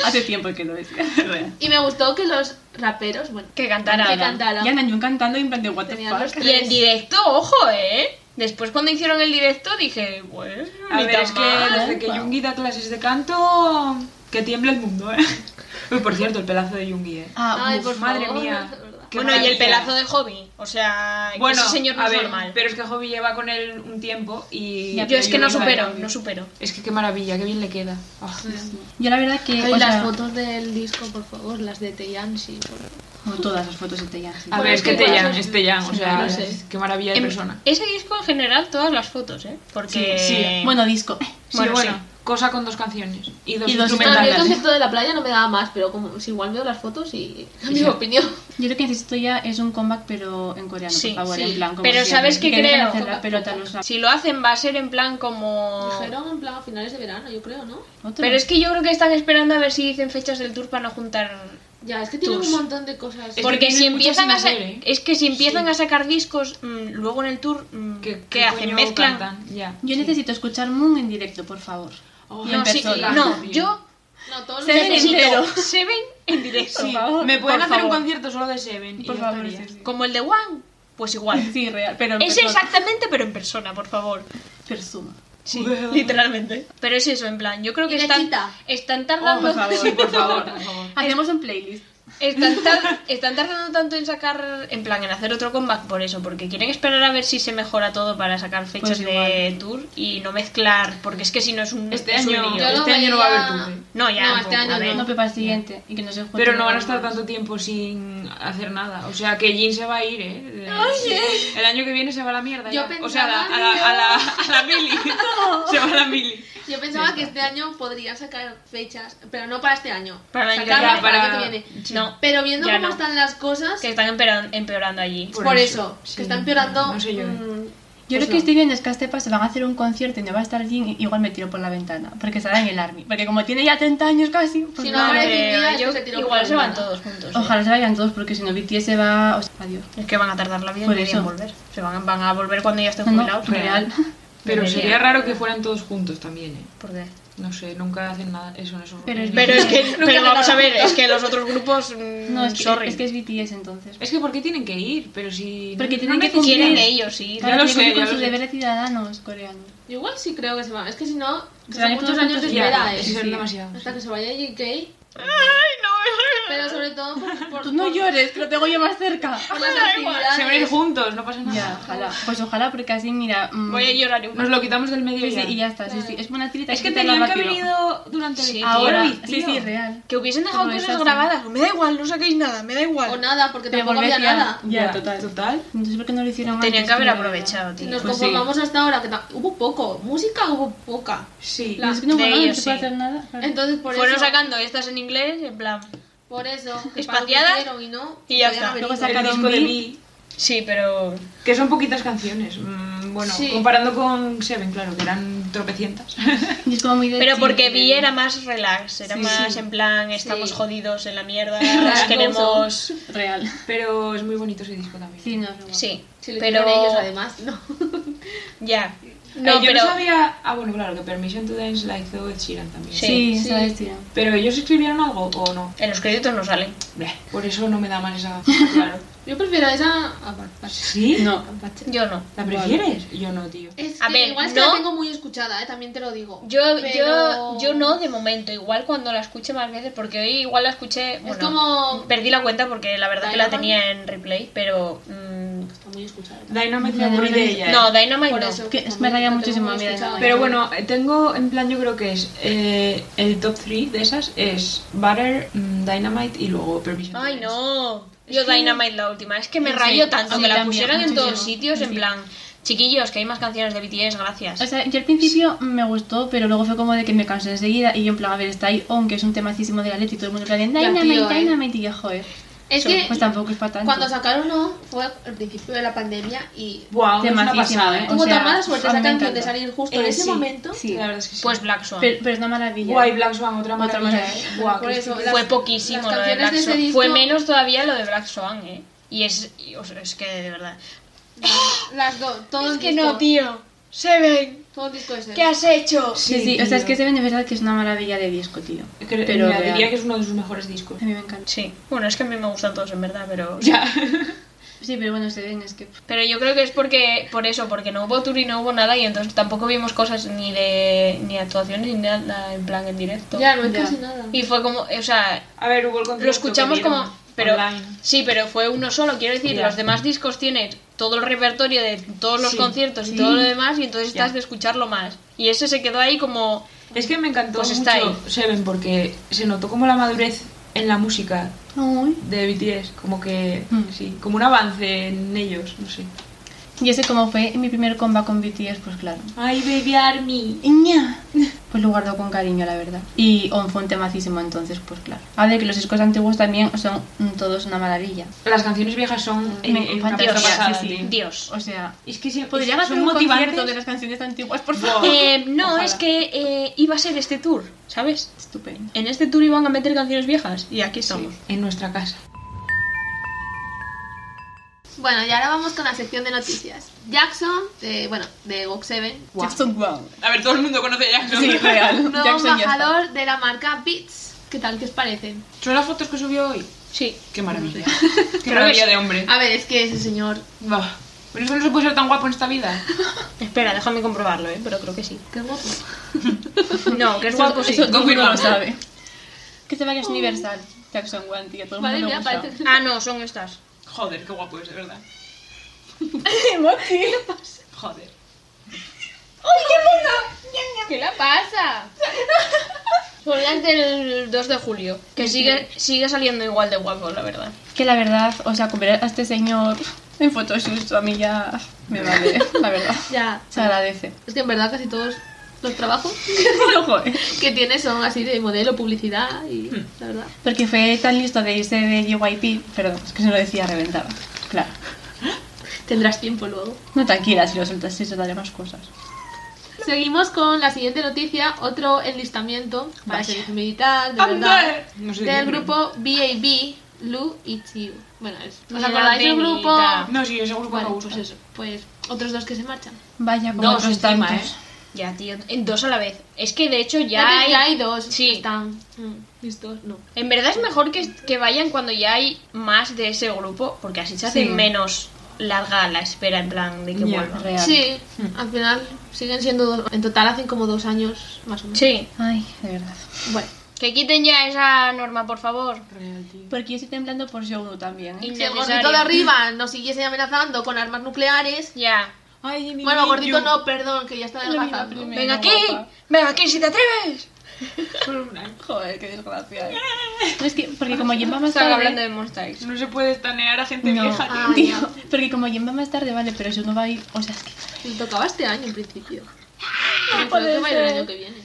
S2: a Hace tiempo que lo decía. real.
S3: Y me gustó que los raperos, bueno,
S4: Que cantara.
S3: Que cantara.
S2: Y Ana Jun cantando en plan de what the
S3: Tenían los
S2: fuck.
S4: Y en directo, ojo, ¿eh? Después cuando hicieron el directo dije, bueno,
S1: A
S4: ni
S1: ver,
S4: tan
S1: es que
S4: mal".
S2: ¿eh?
S1: desde que Yungi da clases de canto, que tiembla el mundo, ¿eh? Uy, por cierto, el pelazo de Yungi, ¿eh?
S2: Ah,
S3: Ay,
S2: uf.
S3: por
S1: madre
S3: favor,
S1: mía.
S3: es verdad.
S1: Qué
S4: Bueno, y el
S1: maravilla.
S4: pelazo de Hobby. O sea, que
S1: Bueno,
S4: ese señor no
S1: a
S4: es
S1: ver,
S4: normal.
S1: pero es que Hobby lleva con él un tiempo y...
S2: Ya,
S4: Yo es que no
S1: Yungi va
S4: supero,
S1: de-
S4: no supero.
S1: Es que qué maravilla, qué bien le queda. Ah,
S2: Yo la verdad que.
S3: Ay,
S2: o
S3: las
S2: sea,
S3: fotos del disco, por favor, las de Teyansi. por favor.
S2: no todas las fotos de Taylor, sí.
S1: A ver, es que
S3: Bueno,
S1: Teyan,
S3: sí.
S1: es Teyan, o sea,
S3: No sé.
S1: qué maravilla de
S4: En-
S1: persona.
S4: Ese disco en general, todas las fotos, ¿eh? Porque...
S1: sí.
S2: Bueno, disco.
S1: Sí,
S4: bueno,
S1: bueno,
S4: sí.
S1: cosa con dos canciones y dos
S2: Y dos
S3: No, a mí el
S1: instrumentales.
S3: concepto de la playa no me daba más, pero como si igual veo las fotos y cambio
S1: Sí,
S3: mi
S1: sí.
S3: opinión.
S2: Yo creo que necesito ya es un comeback, pero en coreano,
S4: Sí,
S2: por favor,
S3: sí.
S2: en plan. como
S4: Pero
S2: siempre.
S4: ¿sabes qué
S2: Que dejen
S4: creo?
S2: hacer la pelota a los
S4: Si lo hacen va a ser en plan como...
S3: Dijeron en plan a finales de verano, yo creo, ¿no?
S2: otros.
S4: Pero es que yo creo que están esperando a ver si dicen fechas del tour para no juntar...
S3: Ya, es que tienen
S4: Tus.
S3: un montón de cosas.
S1: que
S4: Porque
S1: tienen
S4: si
S1: muchas
S4: empiezan a
S1: sin
S4: sa-
S1: hacer, ¿eh?
S4: es que si empiezan a sacar discos mm, luego en el tour mm,
S1: ¿Qué-
S4: ¿qué
S1: qué
S4: hacen
S1: coño
S4: mezclan
S1: cantan? Ya.
S2: Yo necesito escuchar Moon en directo, por favor.
S1: Oh,
S2: Y en
S4: no, sí,
S2: persona.
S4: no, yo
S3: No, todos
S2: Se
S3: los
S2: ven
S3: días-
S2: en-
S4: necesito
S2: entero.
S4: se ven en directo
S2: Sí. favor,
S1: me pueden
S4: por
S1: hacer
S4: favor.
S1: un concierto solo de Seven. y
S2: Por
S1: yo
S2: favor,
S1: estaría.
S2: sí, sí.
S4: como el de One pues igual
S2: Sí, real, pero en
S4: es
S2: persona.
S4: exactamente pero en persona por favor
S2: Persona.
S4: sí
S1: Bueno.
S4: literalmente pero es eso en plan yo creo que
S3: Y la
S4: están
S3: chita.
S4: están
S1: Oh,
S4: tardando
S1: por favor, por favor, por favor.
S2: Hacemos un playlist.
S4: Están, tar- están tardando tanto en sacar, en plan, en hacer otro comeback por eso, porque quieren esperar a ver si se mejora todo para sacar fechas
S2: Pues
S4: de tour y no mezclar, porque es que si no es un,
S1: Este
S4: es un
S1: año,
S4: lío.
S3: Yo lo
S1: este año no va a haber
S3: veía-
S1: tour. ¿eh?
S4: No, ya,
S3: No, este
S4: a
S3: año
S4: ver.
S2: No, pero para el siguiente. Y que no se junten
S1: Pero no van a estar
S2: más.
S1: tanto tiempo sin hacer nada. O sea, que Jin se va a ir, ¿eh? De- El año que viene se va a la mierda.
S3: Yo
S1: ya.
S3: pensaba
S1: o sea, a la, a la, a la, a la mili. Se va a la mili.
S3: Yo pensaba que este año podría sacar fechas, pero no para este año.
S4: Para el año que
S3: Sacarlas
S1: viene.
S3: para el
S1: Para-
S3: año que viene.
S4: Sí. No,
S3: Pero viendo
S4: Ya
S3: cómo
S4: no.
S3: están las cosas,
S4: que están empeora- empeorando allí.
S3: por,
S1: Por
S3: eso,
S1: eso,
S3: que
S1: sí.
S3: está empeorando.
S1: No sé yo, eh.
S3: mm,
S2: Yo
S3: pues
S2: lo que
S3: no.
S2: estoy viendo es que a este paso van a hacer un concierto y no va a estar Jin, igual me tiro por la ventana, porque estará en el Army. Porque como tiene ya 30 años casi, pues
S3: Si no,
S2: nada.
S3: ahora-
S4: Hombre,
S3: Parece que
S4: yo-
S3: se tiró por
S4: igual
S3: la
S4: se van
S3: ventana.
S4: todos juntos. ¿eh?
S2: Ojalá se vayan todos, porque si no BTS va... o sea, adiós.
S4: Es que van a tardar la vida
S2: Por
S4: en
S2: eso.
S4: volver. Se van, van a volver cuando ya estén
S2: No, no,
S4: jubilados.
S2: real.
S1: Pero
S4: Debería.
S1: sería raro que fueran todos juntos también, ¿eh?
S4: ¿Por qué?
S1: No sé, nunca hacen nada. Eso no es
S2: Pero es
S4: Pero es que,
S3: Nunca
S4: pero
S3: me
S4: vamos a
S3: lo
S4: ver, es que los otros grupos, mm,
S2: No, es que,
S4: sorry.
S2: es que es BTS entonces.
S1: Es que ¿por qué tienen que ir? Pero si...
S2: Porque
S1: no-
S2: tienen
S1: no
S2: que
S1: necesitan-
S4: quieren
S2: cumplir.
S4: de ellos, sí.
S1: Ya lo
S2: tiene que
S1: sé,
S2: cumplir
S1: ya
S2: con
S1: lo
S2: sus
S1: sé.
S2: deberes ciudadanos coreanos.
S3: Yo igual sí creo que se van. Es que si no,
S2: Se
S3: son
S2: van a ir
S3: muchos
S2: todos
S3: años de
S2: juntos y
S1: Ya,
S3: espera,
S2: ya.
S3: eh.
S1: sí, son
S2: Sí.
S1: demasiados.
S3: Hasta que se vaya JK. Pero sobre todo por, por-
S2: Tú Pues no
S3: por-
S2: llores, que lo tengo yo más cerca.
S3: por las
S1: Se van a ir
S3: actividades.
S1: juntos, no pasa nada.
S2: Ya, ojalá. Pues ojalá, porque así, mira... mm,
S4: Voy a llorar un
S1: Nos lo quitamos del medio
S2: sí, Pues sí,
S1: ya.
S2: y ya está, sí, sí. Es una tirita
S1: Es que
S2: te la
S1: tenían que haber
S2: vacilo.
S1: ido durante el
S4: Sí,
S2: Ahora,
S1: Ahora,
S2: sí, sí, real.
S4: Que hubiesen dejado
S2: Como
S4: cosas
S2: esas, ¿no?
S4: grabadas. Me da igual, no saquéis nada, me da igual.
S3: O nada, porque
S2: Pero
S3: tampoco había
S2: volvés ya.
S3: nada.
S2: Ya, total.
S1: Total.
S2: Entonces, ¿por qué no lo hicieron
S4: Tenían
S2: antes?
S4: que haber
S2: Mira,
S4: aprovechado,
S3: Si
S4: tío.
S3: nos
S2: Pues sí.
S3: conformamos hasta ahora, que ta- hubo poco. Música hubo poca.
S1: Sí.
S2: Es
S4: de
S2: que no, bueno, no
S4: ellos,
S2: se puede
S4: sí.
S2: hacer nada. claro.
S3: Entonces, por
S4: Fueron
S3: eso.
S4: sacando estas en inglés, en plan.
S3: Por eso. que
S4: Espaciadas,
S3: para lo que hicieron y no.
S4: y ya
S3: podían
S4: está.
S3: haber
S2: Luego
S3: ido.
S2: saca-
S1: el
S2: sacaron
S1: disco de
S2: Bill.
S1: Lee,
S4: Sí, pero.
S1: que son poquitas canciones. Mm, bueno,
S3: Sí.
S1: comparando con Seven, claro, que eran tropecientas.
S2: Y es como muy de eh,
S4: Pero
S2: chill,
S4: porque
S2: de-
S4: Vi era más relax, era
S1: Sí,
S4: más
S1: sí.
S4: en plan, estamos
S3: Sí.
S4: jodidos en la mierda, nos
S3: Claro.
S4: queremos.
S2: Real.
S1: Pero es muy bonito ese disco también.
S2: Sí, no, no, no.
S4: Sí,
S3: Si lo
S4: pero.
S3: hicieron ellos, además, no.
S4: Ya. Eh,
S1: No,
S4: No,
S1: Eh, yo
S4: pero.
S1: no sabía. Ah, bueno, claro, que Permission to Dance la hizo Ed Sheeran también.
S4: Sí.
S2: Sí,
S3: Sí.
S2: esa es tira.
S1: Pero ellos escribieron algo o no.
S4: En los créditos no salen.
S1: Bleh, Por eso no me da mal esa. gafa, claro.
S3: Yo prefiero esa. a Bad Batch.
S1: ¿Sí?
S2: No.
S3: Bad Batch.
S4: Yo no.
S1: ¿La prefieres? Yo no, tío.
S3: Es que
S4: A ver,
S3: igual es que
S4: no.
S3: la tengo muy escuchada, eh, también te lo digo.
S4: Yo, yo,
S3: Pero-
S4: yo no de momento, igual cuando la escuche más veces, porque hoy igual la escuché. Bueno,
S3: como-
S4: Perdí la cuenta porque la verdad que la
S3: Dynamite.
S4: tenía en replay, pero. mm,
S3: Está muy escuchada. ¿eh?
S1: Dynamite
S2: No,
S1: me aburrí
S2: no,
S1: de
S2: no.
S1: ella. ¿eh?
S4: no, Dynamite
S3: Por
S4: no.
S3: eso.
S2: Que
S3: también
S2: me raya
S3: la tengo
S2: muchísimo
S3: muy
S2: a mí de
S3: escuchada.
S2: nada.
S1: Pero bueno, eh, tengo en plan, yo creo que es eh, el top 3 de esas es Butter, mm, Dynamite y luego Permission. to
S4: Ay,
S1: Dance.
S4: no. Yo Dynamite la última. Es que me
S2: Sí,
S4: rayo tanto
S2: sí,
S4: que la
S2: también,
S4: pusieron en
S2: muchísimo.
S4: todos sitios, en
S2: Sí.
S4: plan, chiquillos, que hay más canciones de BTS,
S2: O
S4: gracias.
S2: sea, yo al principio me gustó, pero luego fue como de que me cansé enseguida y yo en plan, a ver, está ahí On, que es un temacísimo de la letra y todo el mundo en plan de
S3: Ya, tío,
S2: Dynamite,
S3: eh.
S2: Dynamite, y yo, joder.
S3: Es que
S2: Pues tampoco es para tanto.
S3: cuando sacaron No fue al principio de la pandemia y
S1: Buah, es una
S2: Temacísima,
S1: pasada,
S2: ¿eh?
S1: ¿eh?
S2: O
S3: tuvo
S2: sea,
S3: tan mala suerte
S2: a
S3: esa
S2: mí me
S3: canción
S2: encanta.
S3: de salir justo en
S1: Eh,
S3: ese
S1: sí.
S3: momento.
S2: Sí.
S1: La verdad es que sí.
S4: Pues Black Swan.
S2: Pero, pero es una maravilla.
S1: Guay, Black Swan, otra
S2: Otra
S1: maravilla.
S2: maravilla.
S1: ¿eh? Buah,
S3: Por
S1: qué
S3: eso,
S1: estupendo.
S3: las-
S4: Fue poquísimo lo de
S3: las canciones
S4: Black
S3: de ese
S4: Swan.
S3: disco-
S4: Fue menos todavía lo de Black Swan, ¿eh? Y es, y, o sea, es que de verdad.
S3: Las dos, todo
S4: es
S3: el
S4: que
S3: disco.
S4: no, tío. Seven.
S3: Todo el disco ese.
S4: ¿Qué has hecho?
S2: Sí, sí, o sea, es que se ven de verdad que es una maravilla de disco, tío.
S1: Pero
S2: Pero real.
S1: diría que es uno de sus mejores discos.
S2: A mí me encanta.
S4: Sí. Bueno, es que a mí me gustan todos en verdad, pero...
S1: Ya.
S2: Sí, pero bueno, se ven, es que.
S4: Pero yo creo que es porque por eso, porque no hubo tour y no hubo nada y entonces tampoco vimos cosas ni de ni actuaciones ni nada en plan en directo.
S3: Ya, no es
S2: Ya.
S3: casi nada.
S4: Y fue como, o sea,
S1: A ver, hubo el concierto
S4: lo escuchamos
S1: que dieron
S4: como pero
S1: online.
S4: sí, pero fue uno solo, quiero decir,
S1: Ya.
S4: los demás discos tienen todo el repertorio de todos los
S1: Sí.
S4: conciertos y
S1: Sí.
S4: todo lo demás y entonces
S1: Ya.
S4: estás de escucharlo más. Y ese se quedó ahí como
S1: Es que me encantó
S4: Pues
S1: mucho
S4: está ahí.
S1: Seven porque se notó como la madurez en la música de BTS, como que
S2: Mm.
S1: sí, como un avance en ellos, no sé.
S2: Y ese como fue mi primer comba con BTS, pues claro.
S1: Ay, baby Army.
S2: Pues lo guardo con cariño, la verdad. Y On fue un temacísimo entonces, pues claro. A ver, que los discos antiguos también son mm, todos una maravilla.
S1: Las canciones viejas son
S2: Me
S1: eh, una
S2: encantan,
S1: puta
S2: sí,
S1: pasada,
S2: sí, sí.
S1: tío.
S4: Dios.
S2: O sea,
S1: Es que siempre
S2: podrían hacer
S1: son
S2: un
S1: motivantes.
S2: concierto de las canciones antiguas, por
S1: Buah.
S2: favor.
S4: Eh, no,
S1: Ojalá.
S4: es que eh, iba a ser este tour, ¿sabes?
S2: Estupendo.
S4: En este tour iban a meter canciones viejas y aquí estamos.
S1: En nuestra casa.
S3: Bueno, y ahora vamos con la sección de noticias. Jackson, de, bueno, de Vox 7,
S1: Guau.
S2: Jackson Brown.
S1: A ver, todo el mundo conoce a Jackson.
S2: Sí, real.
S3: nuevo
S2: Jackson ya está.
S3: embajador de la marca Beats. ¿Qué tal? ¿Qué os parecen?
S1: ¿Son las fotos que subió hoy?
S4: Sí.
S1: Qué maravilla. Qué
S4: Creo
S1: maravilla
S4: que-
S1: de hombre.
S3: A ver, es que ese señor.
S1: Buah. Pero eso no se puede ser tan guapo en esta vida.
S4: Espera, déjame comprobarlo, ¿eh? Pero creo que sí.
S3: Qué guapo.
S4: No, que es guapo, sí.
S2: Eso todo el mundo
S1: Confirmado.
S2: lo sabe. Que se vaya es universal. Jackson Brown, tío. Todo el
S3: Madre
S2: mundo
S3: mía,
S2: lo usa.
S3: parece.
S4: Ah, no, son estas.
S1: Joder, qué guapo es, de verdad. Joder.
S4: ¿Qué le pasa? Son las del 2 de julio. Que sigue, sigue saliendo igual de guapo, la verdad.
S2: Que la verdad, o sea, comer a este señor en Photoshop a mí ya me vale, la verdad.
S3: Ya.
S2: Se agradece.
S3: Es que en verdad casi todos los trabajos
S2: No, joder.
S3: que tiene son así de modelo, publicidad y.
S2: Hmm.
S3: La verdad.
S2: Porque fue tan listo de irse de JYP, perdón, es que se lo decía reventaba. Claro.
S3: Tendrás tiempo luego.
S2: No tranquila, si lo sueltas, sí se daré más cosas.
S3: Seguimos con la siguiente noticia, otro enlistamiento para
S2: Vaya.
S3: servicio militar, de
S1: Anda.
S3: verdad,
S1: No sé
S3: del
S1: qué.
S3: grupo BAB, Lu y Chiu. Bueno, es- ¿os
S4: Mira,
S3: acordáis del
S4: Benita.
S3: grupo?
S1: No, sí, ese grupo
S3: Vale,
S1: me gusta.
S3: pues eso, pues otros dos que se marchan.
S2: Vaya, como
S1: Dos
S2: otros
S1: encima,
S2: tantos.
S1: ¿eh?
S4: Ya, tío. en Dos a la vez. Es que de hecho ya
S3: Ya,
S4: hay.
S3: ya hay dos
S4: Sí.
S3: que están mm, listos, no.
S4: En verdad es mejor que, que vayan cuando ya hay más de ese grupo, porque así se hace
S2: Sí.
S4: menos larga la espera en plan de que
S1: Ya,
S4: vuelvan.
S2: Real.
S3: Sí, al final siguen siendo dos, en total hacen como dos años más o menos.
S4: Sí.
S2: Ay, de verdad.
S3: Bueno,
S4: Que quiten ya esa norma, por favor.
S1: Real, tío.
S2: Porque yo estoy temblando por Shouno también, ¿eh?
S3: si el
S4: Innecesario.
S3: gordito de arriba nos siguiese amenazando con armas nucleares,
S4: Ya.
S1: Ay, Jimmy
S3: bueno, gordito
S1: Jung.
S3: no, perdón, que ya está adelgazando.
S2: Jimmy.
S4: Venga
S2: Venga,
S4: aquí.
S2: guapa.
S4: Venga aquí si te atreves.
S2: Joder, qué desgracia, ¿eh? No, es que, porque como Jim va más
S4: Estaba
S2: tarde...
S4: hablando de Monster X.
S1: No se puede estanear a gente
S2: No.
S1: vieja, tío.
S3: Ah,
S2: Tío,
S3: ya.
S2: porque como Jim va más tarde, vale, pero Shouno va a ir... O sea, es que...
S3: Me tocaba este año en principio.
S2: No
S3: Pero
S2: puede
S3: creo que va a ir el
S2: ser.
S3: año que viene.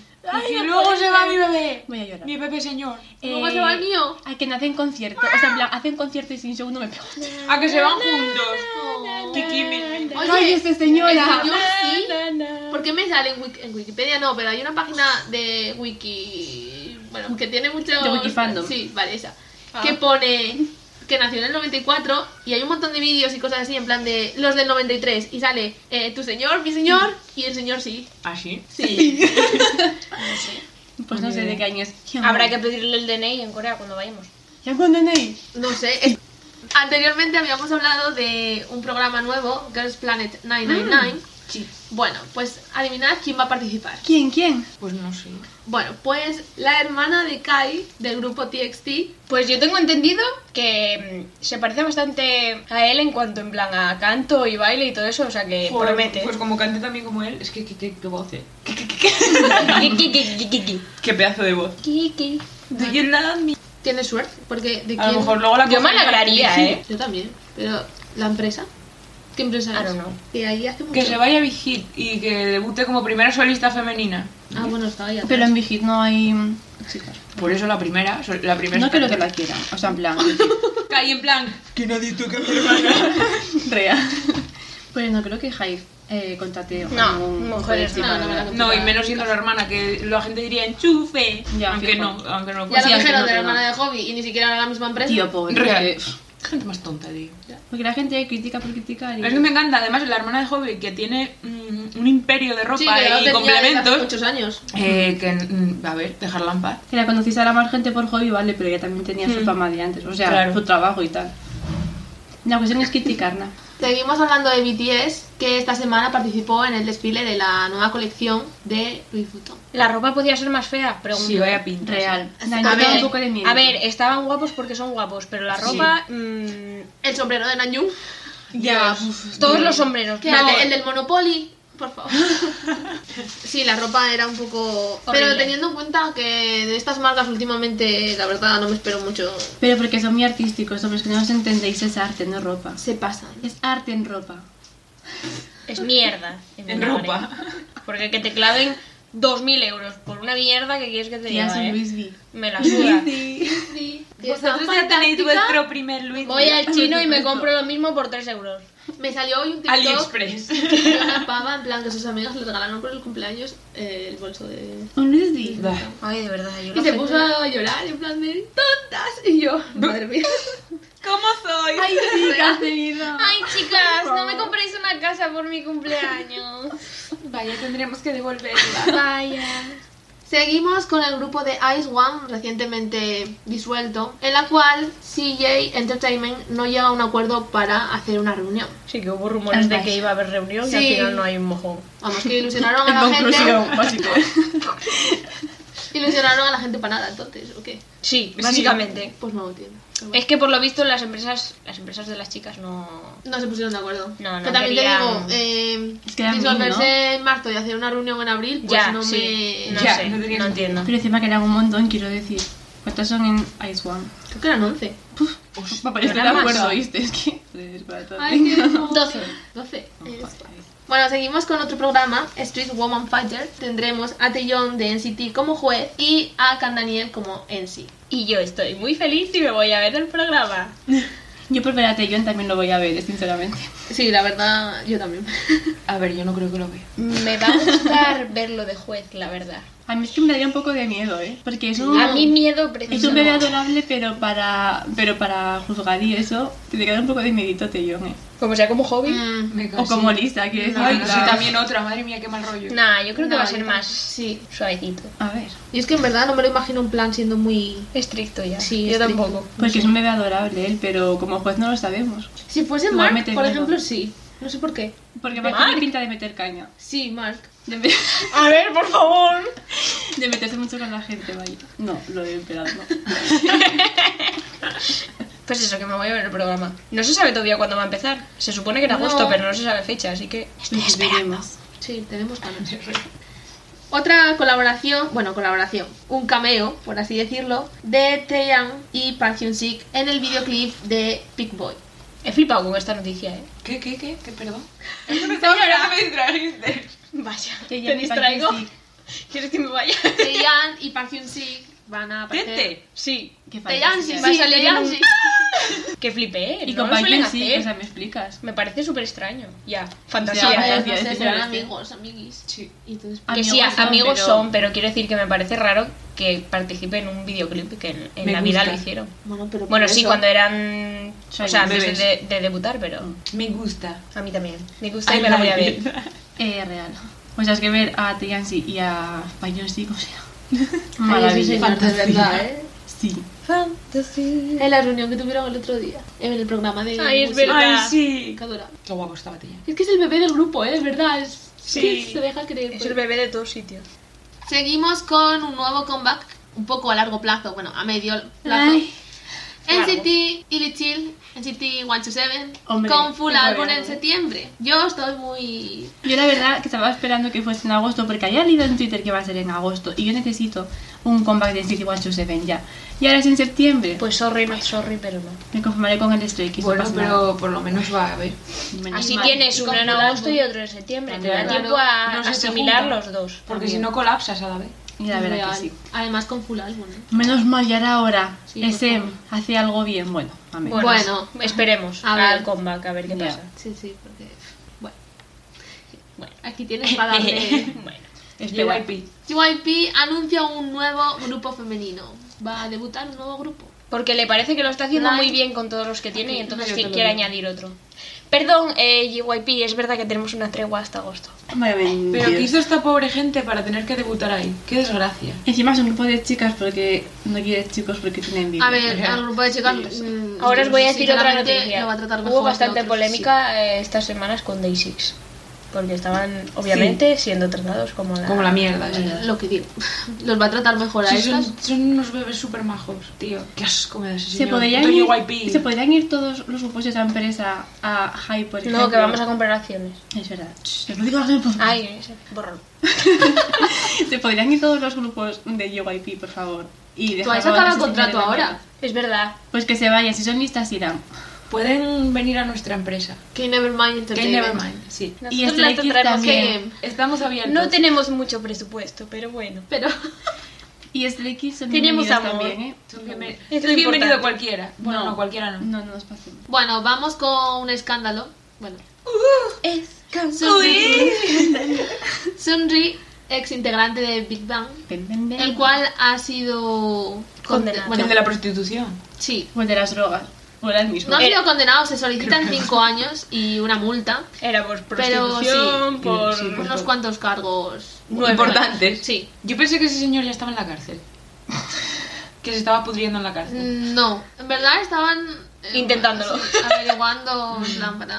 S1: y que luego se va mi bebé.
S2: Voy a llorar. Eh,
S1: Mi bebé señor.
S3: ¿Cómo se va el mío?
S2: A que no hacen concierto. O sea, en plan, hacen concierto y sin show no me pego.
S1: A que se van juntos.
S3: Oh.
S1: Kiki, mi-
S3: Oye,
S2: ¡Cállese, señora!
S3: el señor sí.
S2: Na, na, na.
S3: ¿Por qué me sale en, Wik- en Wikipedia? No, pero hay una página de Wiki. Bueno, que tiene muchos.
S2: De Ah. Wikifandom.
S3: Sí, vale, esa. Que pone que nació en el 94 y hay un montón de vídeos y cosas así en plan de los del 93 y sale eh, tu señor, mi señor y el señor sí.
S1: ¿Ah, sí?
S3: Sí.
S2: Pues no sé de qué año es.
S4: Habrá que pedirle el DNI en Corea cuando vayamos.
S2: ¿Ya cuándo tenéis?
S3: No sé. es- Anteriormente habíamos hablado de un programa nuevo, Girls Planet 999.
S1: Sí.
S3: Bueno, pues adivinad quién va a participar.
S2: ¿Quién, quién?
S1: Pues no sé.
S3: Bueno, pues la hermana de Kai del grupo TXT
S4: Pues yo tengo entendido que mm, se parece bastante a él en cuanto en plan a canto y baile y todo eso, o sea que
S1: Joder,
S4: Eh, promete.
S1: Pues como cante también como él, es que qué que, que voz, eh.
S4: Ki, ki, ki, ki, ki, ki.
S1: Qué pedazo de voz.
S4: Ki, ki.
S1: Do you love me?
S3: tiene suerte, porque de quién?
S1: A lo mejor luego la
S4: Yo me
S1: cogen y-
S4: alegraría,
S1: Sí.
S4: ¿eh?
S3: Yo también, pero ¿la empresa? ¿Qué empresa
S4: I
S3: es?
S4: don't know.
S3: Que ahí hace mucho.
S1: Que se vaya a Big Hit y que debute como primera solista femenina.
S3: Ah, bueno, estaba ya.
S2: Pero en Vigit no hay mm, chicas.
S1: Por eso la primera, sol- la primera
S2: No creo que
S1: solista.
S2: la quieran. O sea, en plan,
S1: Caí en plan. Que nadie toca mi hermana.
S2: real. Pues no creo que Hype eh, contate a
S4: No,
S2: ningún
S4: mujeres
S2: tipo de
S3: no,
S2: chica,
S3: no me la
S2: ¿verdad?
S1: No, y menos siendo la hermana, que la gente diría enchufe.
S2: Ya,
S1: aunque
S2: fijo.
S1: no, aunque no lo
S3: Ya
S2: Sí,
S3: lo
S2: aunque
S3: dijeron de la
S2: no tenga.
S3: hermana de Hobby y ni siquiera era la misma empresa.
S2: Tío, pobre.
S1: Real.
S2: es que-
S1: Gente más tonta, digo.
S2: Porque la gente critica por criticar y...
S1: Es que me encanta, además, la hermana de Hobby que tiene mm, un, un imperio de ropa
S3: Sí, que la
S1: y
S3: tenía desde hace
S1: complementos.
S3: muchos años.
S1: Eh, que, mm, a ver, dejarla en paz.
S2: Que la conocís ahora más gente por hobby, vale, pero ella también tenía su fama de antes, o sea,
S1: Claro.
S2: su trabajo y tal. La cuestión es Kitty Karna.
S3: Seguimos hablando de BTS, que esta semana participó en el desfile de la nueva colección de Louis Vuitton.
S4: La ropa podía ser más fea, pero
S1: Sí, vaya pinta.
S2: Real.
S3: A
S2: Dañó
S3: ver,
S2: un poco de miedo.
S4: a ver, estaban guapos porque son guapos, pero la ropa. mm,
S3: El sombrero de Nanjung.
S1: Ya,
S4: todos los sombreros.
S3: Que
S4: no,
S3: el, el del Monopoly, por favor. sí, la ropa era un poco... Pero
S4: Horrible.
S3: teniendo en cuenta que de estas marcas últimamente, la verdad, no me espero mucho.
S2: Pero porque son muy artísticos, hombres que no os entendéis, es arte, no ropa.
S3: Se pasan.
S2: Es arte en ropa.
S4: Es mierda.
S1: En
S4: verdad,
S1: ropa.
S4: ¿eh? Porque que te claven 2.000 euros por una mierda que quieres que te
S2: Tía,
S4: diga.
S2: son
S4: ¿eh?
S2: Luis V.
S4: Me la suda.
S3: Sí.
S1: Vosotros ya tenéis vuestro primer Luis
S4: Voy al chino y me compro lo mismo por 3 euros.
S3: Me salió hoy un TikTok
S1: AliExpress.
S3: de una pava, en plan, que sus amigos le regalaron por el cumpleaños eh, el bolso de...
S2: Un Luis V.
S4: Ay, de verdad, yo
S3: Y se puso a llorar, en plan de tontas. Y yo, madre mía.
S1: ¿Cómo soy?
S3: Ay, chicas.
S4: Ay, chicas, no me compréis una casa por mi cumpleaños.
S1: Vaya, tendremos que devolverla.
S4: Vaya.
S3: Seguimos con el grupo de Ice One, recientemente disuelto, en la cual CJ Entertainment no llega a un acuerdo para hacer una reunión.
S4: Sí, que hubo rumores de
S2: Ay.
S4: que iba a haber reunión y
S3: Sí.
S4: al final no hay un mojón.
S3: Vamos, que ilusionaron a la gente.
S2: básico.
S3: Ilusionaron a la gente para nada, entonces, ¿o qué?
S4: Sí, básicamente.
S3: Pues no lo entiendo. Pero bueno.
S4: Es que por lo visto las empresas, las empresas de las chicas no.
S3: No se pusieron de acuerdo.
S4: No, no
S3: que también
S4: querían-
S3: te digo, eh,
S2: Es que era
S3: disolverse
S2: mil,
S3: en marzo y hacer una reunión en abril, pues
S4: ya,
S3: no
S4: sí.
S3: me.
S4: No
S1: Ya,
S4: sé,
S1: no tenía
S4: no
S1: sentido.
S4: entiendo.
S2: Pero encima que eran un montón, quiero decir. ¿Cuántos son en Ice One?
S3: Creo que eran 11.
S2: Papá, yo estoy de
S4: eran más.
S2: acuerdo, ¿viste? Es que. Joder, para todo.
S3: Ay, qué
S4: 12.
S3: 12.
S2: Joder.
S3: Es- Bueno, seguimos con otro programa, Street Woman Fighter. Tendremos a Taeyong de NCT como juez y a Can Daniel como NC.
S4: Y yo estoy muy feliz y me voy a ver el programa.
S2: Yo por ver a Taeyong también lo voy a ver, sinceramente.
S3: Sí, la verdad, yo también.
S1: A ver, yo no creo que lo vea.
S4: Me va a gustar verlo de juez, la verdad.
S2: A mí es que me daría un poco de miedo, ¿eh? Porque es un.
S4: A mí miedo
S2: Es
S4: preciso.
S2: un bebé adorable, pero para, pero para juzgar y eso, te queda un poco de miedito Taeyong, ¿eh?
S4: Como sea como hobby.
S3: Mm,
S1: Me cago,
S2: O como
S1: sí.
S2: Lisa, que es
S1: Ay, sí, también otra. Madre mía, qué mal rollo.
S4: Nah, yo creo que
S3: no,
S4: va a
S3: yo
S4: ser
S3: también.
S4: más
S3: Sí.
S4: suavecito.
S2: A ver,
S3: Y es que en verdad no me lo imagino un plan siendo muy.
S4: Estricto ya.
S3: Sí,
S4: yo
S3: estricto.
S4: tampoco.
S2: porque es un bebé adorable él, pero como juez no lo sabemos.
S3: Si fuese
S2: Igual
S3: Mark,
S2: me
S3: por
S2: temido.
S3: ejemplo, sí. No sé por qué.
S2: Porque va a
S4: Mark.
S2: tener pinta de meter caña.
S3: Sí, Mark.
S2: De, me-
S4: A ver, por favor.
S2: de meterse mucho con la gente, vaya. No, lo he esperado. no.
S4: Pues eso, que me voy a ver el programa. No se sabe todavía cuándo va a empezar. Se supone que en agosto,
S3: No.
S4: pero no se sabe fecha, así que.
S2: Veremos.
S3: Sí, tenemos ganas. Otra colaboración, bueno, colaboración, un cameo, por así decirlo, de Taeyang y Park Hyun Sik en el videoclip de Big Boy.
S4: He flipado con esta noticia, eh.
S1: ¿Qué, qué, qué? ¿Qué, perdón? Eso me está llorando, me distrajiste.
S4: Vaya,
S2: Que Eh, ya
S4: te
S2: me
S4: distraigo.
S2: parece,
S4: ¿Quieres que me vaya?
S3: Taeyang y Park Hyun Sik van a aparecer.
S1: Tete.
S4: Sí.
S2: Que
S3: Taeyang, sí,
S2: fantasía.
S4: Va a
S3: sí,
S4: salir
S3: Taeyang,
S4: en un-
S3: sí.
S4: Que flipé. ¿eh?
S2: Y
S4: no
S2: con
S4: lo suelen
S2: Biden sí,
S4: hacer.
S2: o sea, me explicas.
S4: Me parece súper extraño. Ya.
S2: Ya,
S3: A
S4: Fantasía.
S2: ya,
S3: ver,
S2: ya,
S3: no sé,
S2: ya,
S3: serán
S2: ya.
S3: amigos, amiguis.
S1: Sí.
S3: Y entonces,
S2: Ah,
S4: que sí,
S2: Amigos son,
S4: amigos
S2: pero-
S4: son, pero quiero decir que me parece raro que participe en un videoclip que en, en
S1: Me
S4: la vida
S1: gusta.
S4: lo hicieron.
S3: bueno, pero
S4: Bueno,
S3: por
S4: sí,
S3: eso-
S4: cuando eran. O sea, antes
S1: bebés.
S4: de, de debutar, pero.
S1: Me gusta.
S4: A mí también. Me gusta y me la voy a ver.
S2: Eh, real. O sea, es que ver a Tiansi y a Payon sí, o sea.
S3: Ay, ese
S2: Maravilla.
S3: señor, de
S1: Fantasía.
S3: verdad, ¿eh?
S2: Sí.
S4: Fantasy.
S3: En la reunión que tuvieron el otro día, en el programa de.
S4: Ay, es
S3: música.
S4: verdad.
S1: sí.
S3: Qué adorable.
S1: Qué guapo estaba tía.
S3: Es que es el bebé del grupo, ¿eh? Es verdad, es.
S1: Sí.
S3: es que se deja creer.
S4: Es
S3: pues.
S4: el bebé de todos sitios.
S3: Seguimos con un nuevo comeback, un poco a largo plazo, bueno, a medio plazo.
S2: Ay.
S3: NCT y Lichil, NCT 127,
S2: Hombre,
S3: con full
S2: qué
S3: álbum en
S2: goleado.
S3: septiembre. Yo estoy muy.
S2: Yo la verdad que estaba esperando que fuese en agosto porque había leído en Twitter que va a ser en agosto y yo necesito un comeback de City One Seven ya. Y ahora es en septiembre.
S4: Pues sorry, no sorry, pero no.
S2: me conformaré con el Stray Kids. no
S1: Bueno,
S2: pasa nada.
S1: pero por lo menos va a haber.
S2: Menos
S4: Así
S2: mal.
S4: tienes
S3: Y
S4: uno en
S3: con
S4: agosto
S3: Fulano.
S4: y otro en septiembre. Te da
S2: Claro.
S4: tiempo a
S1: No se te
S4: asimilar
S1: juntan.
S4: los dos.
S1: Porque
S4: También.
S1: si no colapsas a la vez.
S2: Y la verdad
S3: real.
S2: que sí.
S3: Además, con full álbum. ¿eh?
S2: Menos mal, y ahora ahora.
S3: Sí, por
S2: SM
S3: favor.
S2: hace algo bien. Bueno, amén.
S4: Bueno,
S3: Bueno.
S4: esperemos
S3: A ver.
S4: al comeback a ver qué
S2: Ya.
S4: pasa.
S3: Sí, sí, porque. Bueno,
S4: Bueno.
S3: aquí tienes para darle.
S4: bueno.
S2: Espera.
S1: JYP.
S3: JYP anuncia un nuevo grupo femenino. Va a debutar un nuevo grupo.
S4: Porque le parece que lo está haciendo
S3: Nine.
S4: muy bien con todos los que tiene y
S3: Ok,
S4: entonces
S1: yo te
S4: que
S1: lo
S4: quiere
S1: digo.
S4: añadir otro. Perdón, eh, GYP, es verdad que tenemos una tregua hasta agosto.
S1: Pero ¿qué hizo esta pobre gente para tener que debutar ahí? ¡Qué desgracia!
S2: Encima es un grupo de chicas porque no quiere chicos porque tiene envidia.
S3: A ver, al grupo de chicas. mm,
S4: Ahora os voy a decir otra
S3: sinceramente,
S4: noticia.
S3: lo va a tratar mejor este
S4: Hubo
S3: que
S4: bastante
S3: otros,
S4: polémica eh, estas semanas con Day6. Porque estaban, obviamente, siendo tratados como la...
S1: Como la mierda,
S3: sí.
S1: ¿eh?
S3: Lo que digo. Los va a tratar mejor a
S1: Sí,
S3: estas.
S1: son, son unos bebés súper majos, tío. ¡Qué asco me da ese
S2: se
S1: señor.
S2: podrían,
S1: Puto
S2: ir,
S1: JYP.
S2: se podrían ir todos los grupos de esa empresa a High, por ejemplo.
S4: No, que vamos a comprar acciones.
S2: Es verdad. Os lo digo ahora en el podcast.
S4: Ay, ese- bórralo.
S2: Se podrían ir todos los grupos de YYP, por favor. Y
S3: Tú ahí
S2: dejarlo a
S3: sacaba
S2: las
S3: contrato
S2: 6 de la
S3: ahora.
S2: mañana.
S4: Es verdad.
S2: Pues que se vayan, si son listas irán.
S1: Pueden venir a nuestra empresa.
S3: Que Nevermind
S1: Que
S3: Entertainment.
S1: Nevermind, sí.
S2: Y
S4: Nosotros
S2: Stray
S4: la
S2: Kids
S4: trataremos
S2: también.
S3: que-
S1: Estamos abiertos.
S4: No tenemos mucho presupuesto, pero bueno.
S3: Pero.
S2: Y Stray Kids son
S4: Tenemos
S2: bienvenidos
S4: amor.
S2: también, ¿eh?
S1: Son bienven-
S4: Esto es
S1: es bienvenido
S4: importante.
S1: cualquiera. Bueno, no, cualquiera no.
S2: No, no nos pasemos.
S3: Bueno, vamos con un escándalo. Bueno.
S4: Es
S3: Sunri. Sunri, ex integrante de Big Bang.
S2: Ven, ven, ven.
S3: El cual ha sido.
S4: Condenado.
S3: Bueno,
S1: El de la prostitución.
S3: sí.
S2: O el de las drogas. O el mismo.
S3: No ha
S4: Eh.
S3: sido condenado, se solicitan 5 años y una multa.
S4: Era por
S3: Pero
S4: prostitución,
S1: sí.
S4: por...
S1: Sí, por-
S3: Unos cuantos cargos.
S1: Muy importantes.
S3: Sí.
S1: Yo pensé que ese señor ya estaba en la cárcel. Que se estaba pudriendo en la cárcel.
S3: No, Mm, en verdad estaban eh,
S4: Intentándolo.
S3: sí, averiguando en plan, para,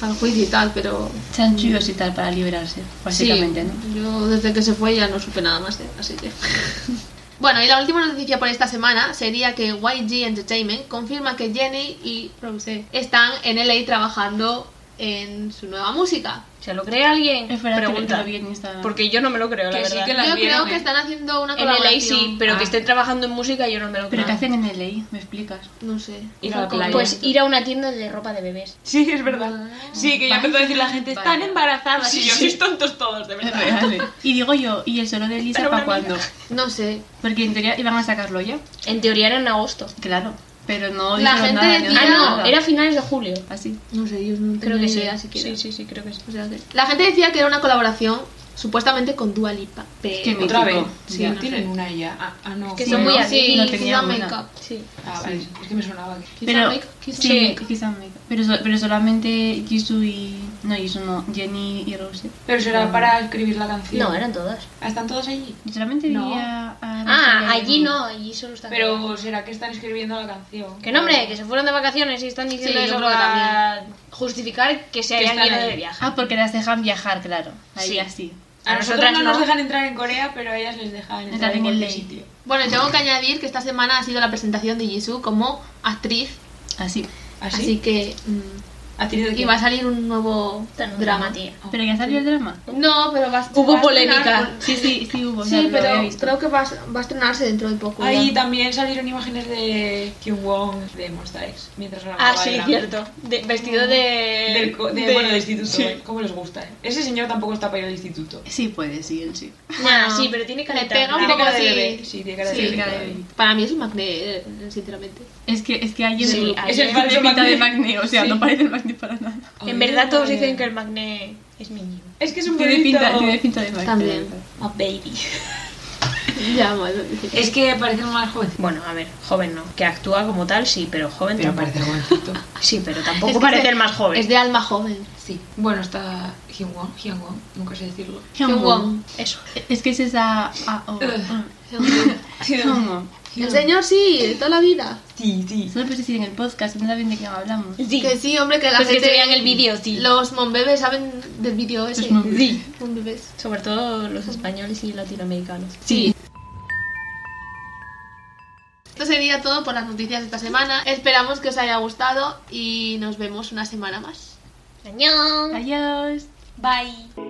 S3: para el juicio y tal, pero
S2: Chanchullos y tal para liberarse, básicamente,
S3: sí,
S2: ¿no?
S3: yo desde que se fue ya no supe nada más de él, así que. bueno, y la última noticia por esta semana sería que YG Entertainment confirma que Jenny y Rosé están en LA trabajando en su nueva música.
S4: ¿Se lo cree alguien?
S2: Es verdad que
S4: Pregunta.
S2: lo vi en Instagram.
S4: Porque yo no me lo creo, la
S1: Que sí,
S4: verdad.
S1: que la- Las
S3: Yo
S1: vieron,
S3: creo que
S1: ¿eh?
S3: están haciendo una
S4: En LA
S3: colaboración.
S4: sí, pero
S1: Ah.
S4: que esté trabajando en música yo no me lo creo.
S3: Ah.
S2: ¿Pero qué hacen en LA? ¿Me explicas?
S3: No sé.
S1: Ir a la
S3: Como-
S1: playa.
S4: Pues ir a una tienda de ropa de bebés.
S1: Sí, es verdad. Sí, que ya empezó a decir la gente, están embarazadas. Y yo, sois tontos todos, de
S2: Es
S1: verdad.
S2: real, ¿eh? Y digo yo, ¿y el solo de Lisa
S4: Pero
S2: para
S4: bueno,
S2: cuándo?
S3: No sé.
S2: Porque en teoría iban a sacarlo ya,
S4: En teoría era en agosto.
S2: claro. Pero no
S3: La
S2: dijeron
S3: gente
S2: nada, ni
S3: decía-
S4: Ah,
S2: nada.
S4: no, era a finales de julio.
S2: Así.
S3: No sé, yo no
S4: Creo que sí,
S3: así que
S4: Sí, sí, sí, creo que sí.
S3: O sea que- La gente decía que era una colaboración supuestamente con Dua Lipa, pero...
S2: Que
S1: Otra
S2: mítico.
S1: vez.
S2: Sí,
S1: Sí,
S2: no
S1: no
S2: sé.
S1: tienen una ya. Ah, ah, no.
S4: Que
S1: sí,
S4: son
S1: ¿no?
S4: muy
S2: no,
S4: así.
S3: Sí,
S2: no tenía
S3: Kiss and
S2: una.
S3: Makeup.
S4: Sí.
S1: Ah, vale. Es que me sonaba. que-
S3: Kiss
S2: Pero,
S3: and Makeup, Kiss and
S2: sí,
S3: Makeup.
S2: Kiss and Makeup. Pero, so- pero solamente Jisoo y... No, Jisoo no, Jenny y Rose.
S1: Pero será para escribir la canción.
S4: No, ¿eh? eran todas.
S1: Ah, ¿Están todos allí?
S2: Yo solamente
S1: No.
S2: vi a, a Rose y
S4: Ah,
S2: a
S4: allí
S2: Jenny.
S4: no, allí solo están.
S1: Pero será que están escribiendo la canción.
S4: Que no, hombre, que se fueron de vacaciones y están diciendo
S3: Sí,
S4: eso
S3: yo creo que
S4: para justificar que se
S1: Que
S4: hayan
S1: están
S4: ido
S1: ahí.
S4: de viaje.
S2: Ah, porque las dejan viajar, claro. Ahí
S4: Sí.
S2: así.
S1: A nosotros
S4: nosotras
S1: no,
S4: no.
S1: nos dejan entrar en Corea, pero a ellas les dejan
S2: Entrar
S1: entrar
S2: en
S1: en cualquier
S2: el ley.
S1: sitio.
S3: Bueno, y tengo que añadir que esta semana ha sido la presentación de Jisoo como actriz,
S2: Así.
S4: ¿Ah,
S1: ¿Así?
S3: así que... mm,
S1: ¿Actriz de qué? Ah,
S3: y va a salir un nuevo
S4: Tan
S3: drama.
S4: tía.
S2: ¿Pero ya salió el drama? Ah,
S3: No, pero va a
S4: Hubo
S3: va a
S4: polémica.
S3: estrenar-
S2: Sí, sí, sí hubo. o sea,
S3: Sí,
S2: lo había
S3: pero
S2: visto.
S3: creo que va, a- va a estrenarse dentro de poco. ya.
S1: Ahí también salieron imágenes de Kyung Wong de Monster X mientras grababa
S4: Ah,
S1: el
S4: sí,
S1: drama.
S4: cierto. De- vestido de...
S1: Del, co- de,
S4: de-
S1: Bueno, del instituto.
S4: Sí.
S1: ¿eh? ¿Cómo les gusta? eh? Ese señor tampoco está para ir al instituto.
S2: Sí puede, sí, él sí.
S4: Ah, sí, pero tiene
S3: Le
S4: careta.
S3: pega un
S1: Tiene
S3: poco
S1: cara
S3: así.
S1: de bebé. Sí, tiene cara de
S2: Sí,
S1: bebé.
S2: cara de
S1: todavía.
S3: Para mí es un magné, sinceramente.
S2: Es que, es que hay en
S4: Sí,
S2: el grupo.
S4: hay-
S1: Es el
S4: Ayer
S1: falso
S2: pinta de
S1: Magne.
S2: Magne, o sea,
S1: Sí.
S2: no parece el Magne para nada.
S4: En verdad todos dicen que
S1: es...
S4: el magné es mi niño.
S1: Es que es un
S2: Tiene
S1: bebito.
S2: pinta, tiene pinta de Magne.
S3: También.
S4: Oh, baby.
S3: Ya, bueno, dije.
S1: Es que parece más joven.
S4: Bueno, a ver, joven no. Que actúa como tal, sí, pero joven
S1: Pero
S4: tampoco.
S1: parece jovencito.
S4: Sí, pero
S3: Es
S4: tampoco
S3: que
S4: parece
S3: se-
S4: el más joven.
S3: Es de alma joven.
S1: Sí. Bueno, está Hyun Wong. Hyun Wong. Nunca sé decirlo.
S2: Hyunwon.
S4: Eso.
S2: Es que es esa... Ah, oh, ah. Hyunwon.
S3: El señor sí, de toda la vida.
S1: Sí, sí.
S2: Solo puedes decir en el podcast, no saben de quién hablamos.
S4: Sí.
S3: Que sí, hombre, que la
S4: Pues que
S3: gente...
S4: se vean el vídeo, sí.
S3: Los monbebés saben del vídeo ese.
S2: Los monbebés.
S4: Sí.
S3: Monbebés.
S4: Sobre todo los españoles y latinoamericanos.
S3: Sí. Esto sería todo por las noticias de esta semana. Esperamos que os haya gustado y nos vemos una semana más.
S4: ¡Añón!
S2: Adiós.
S1: Bye.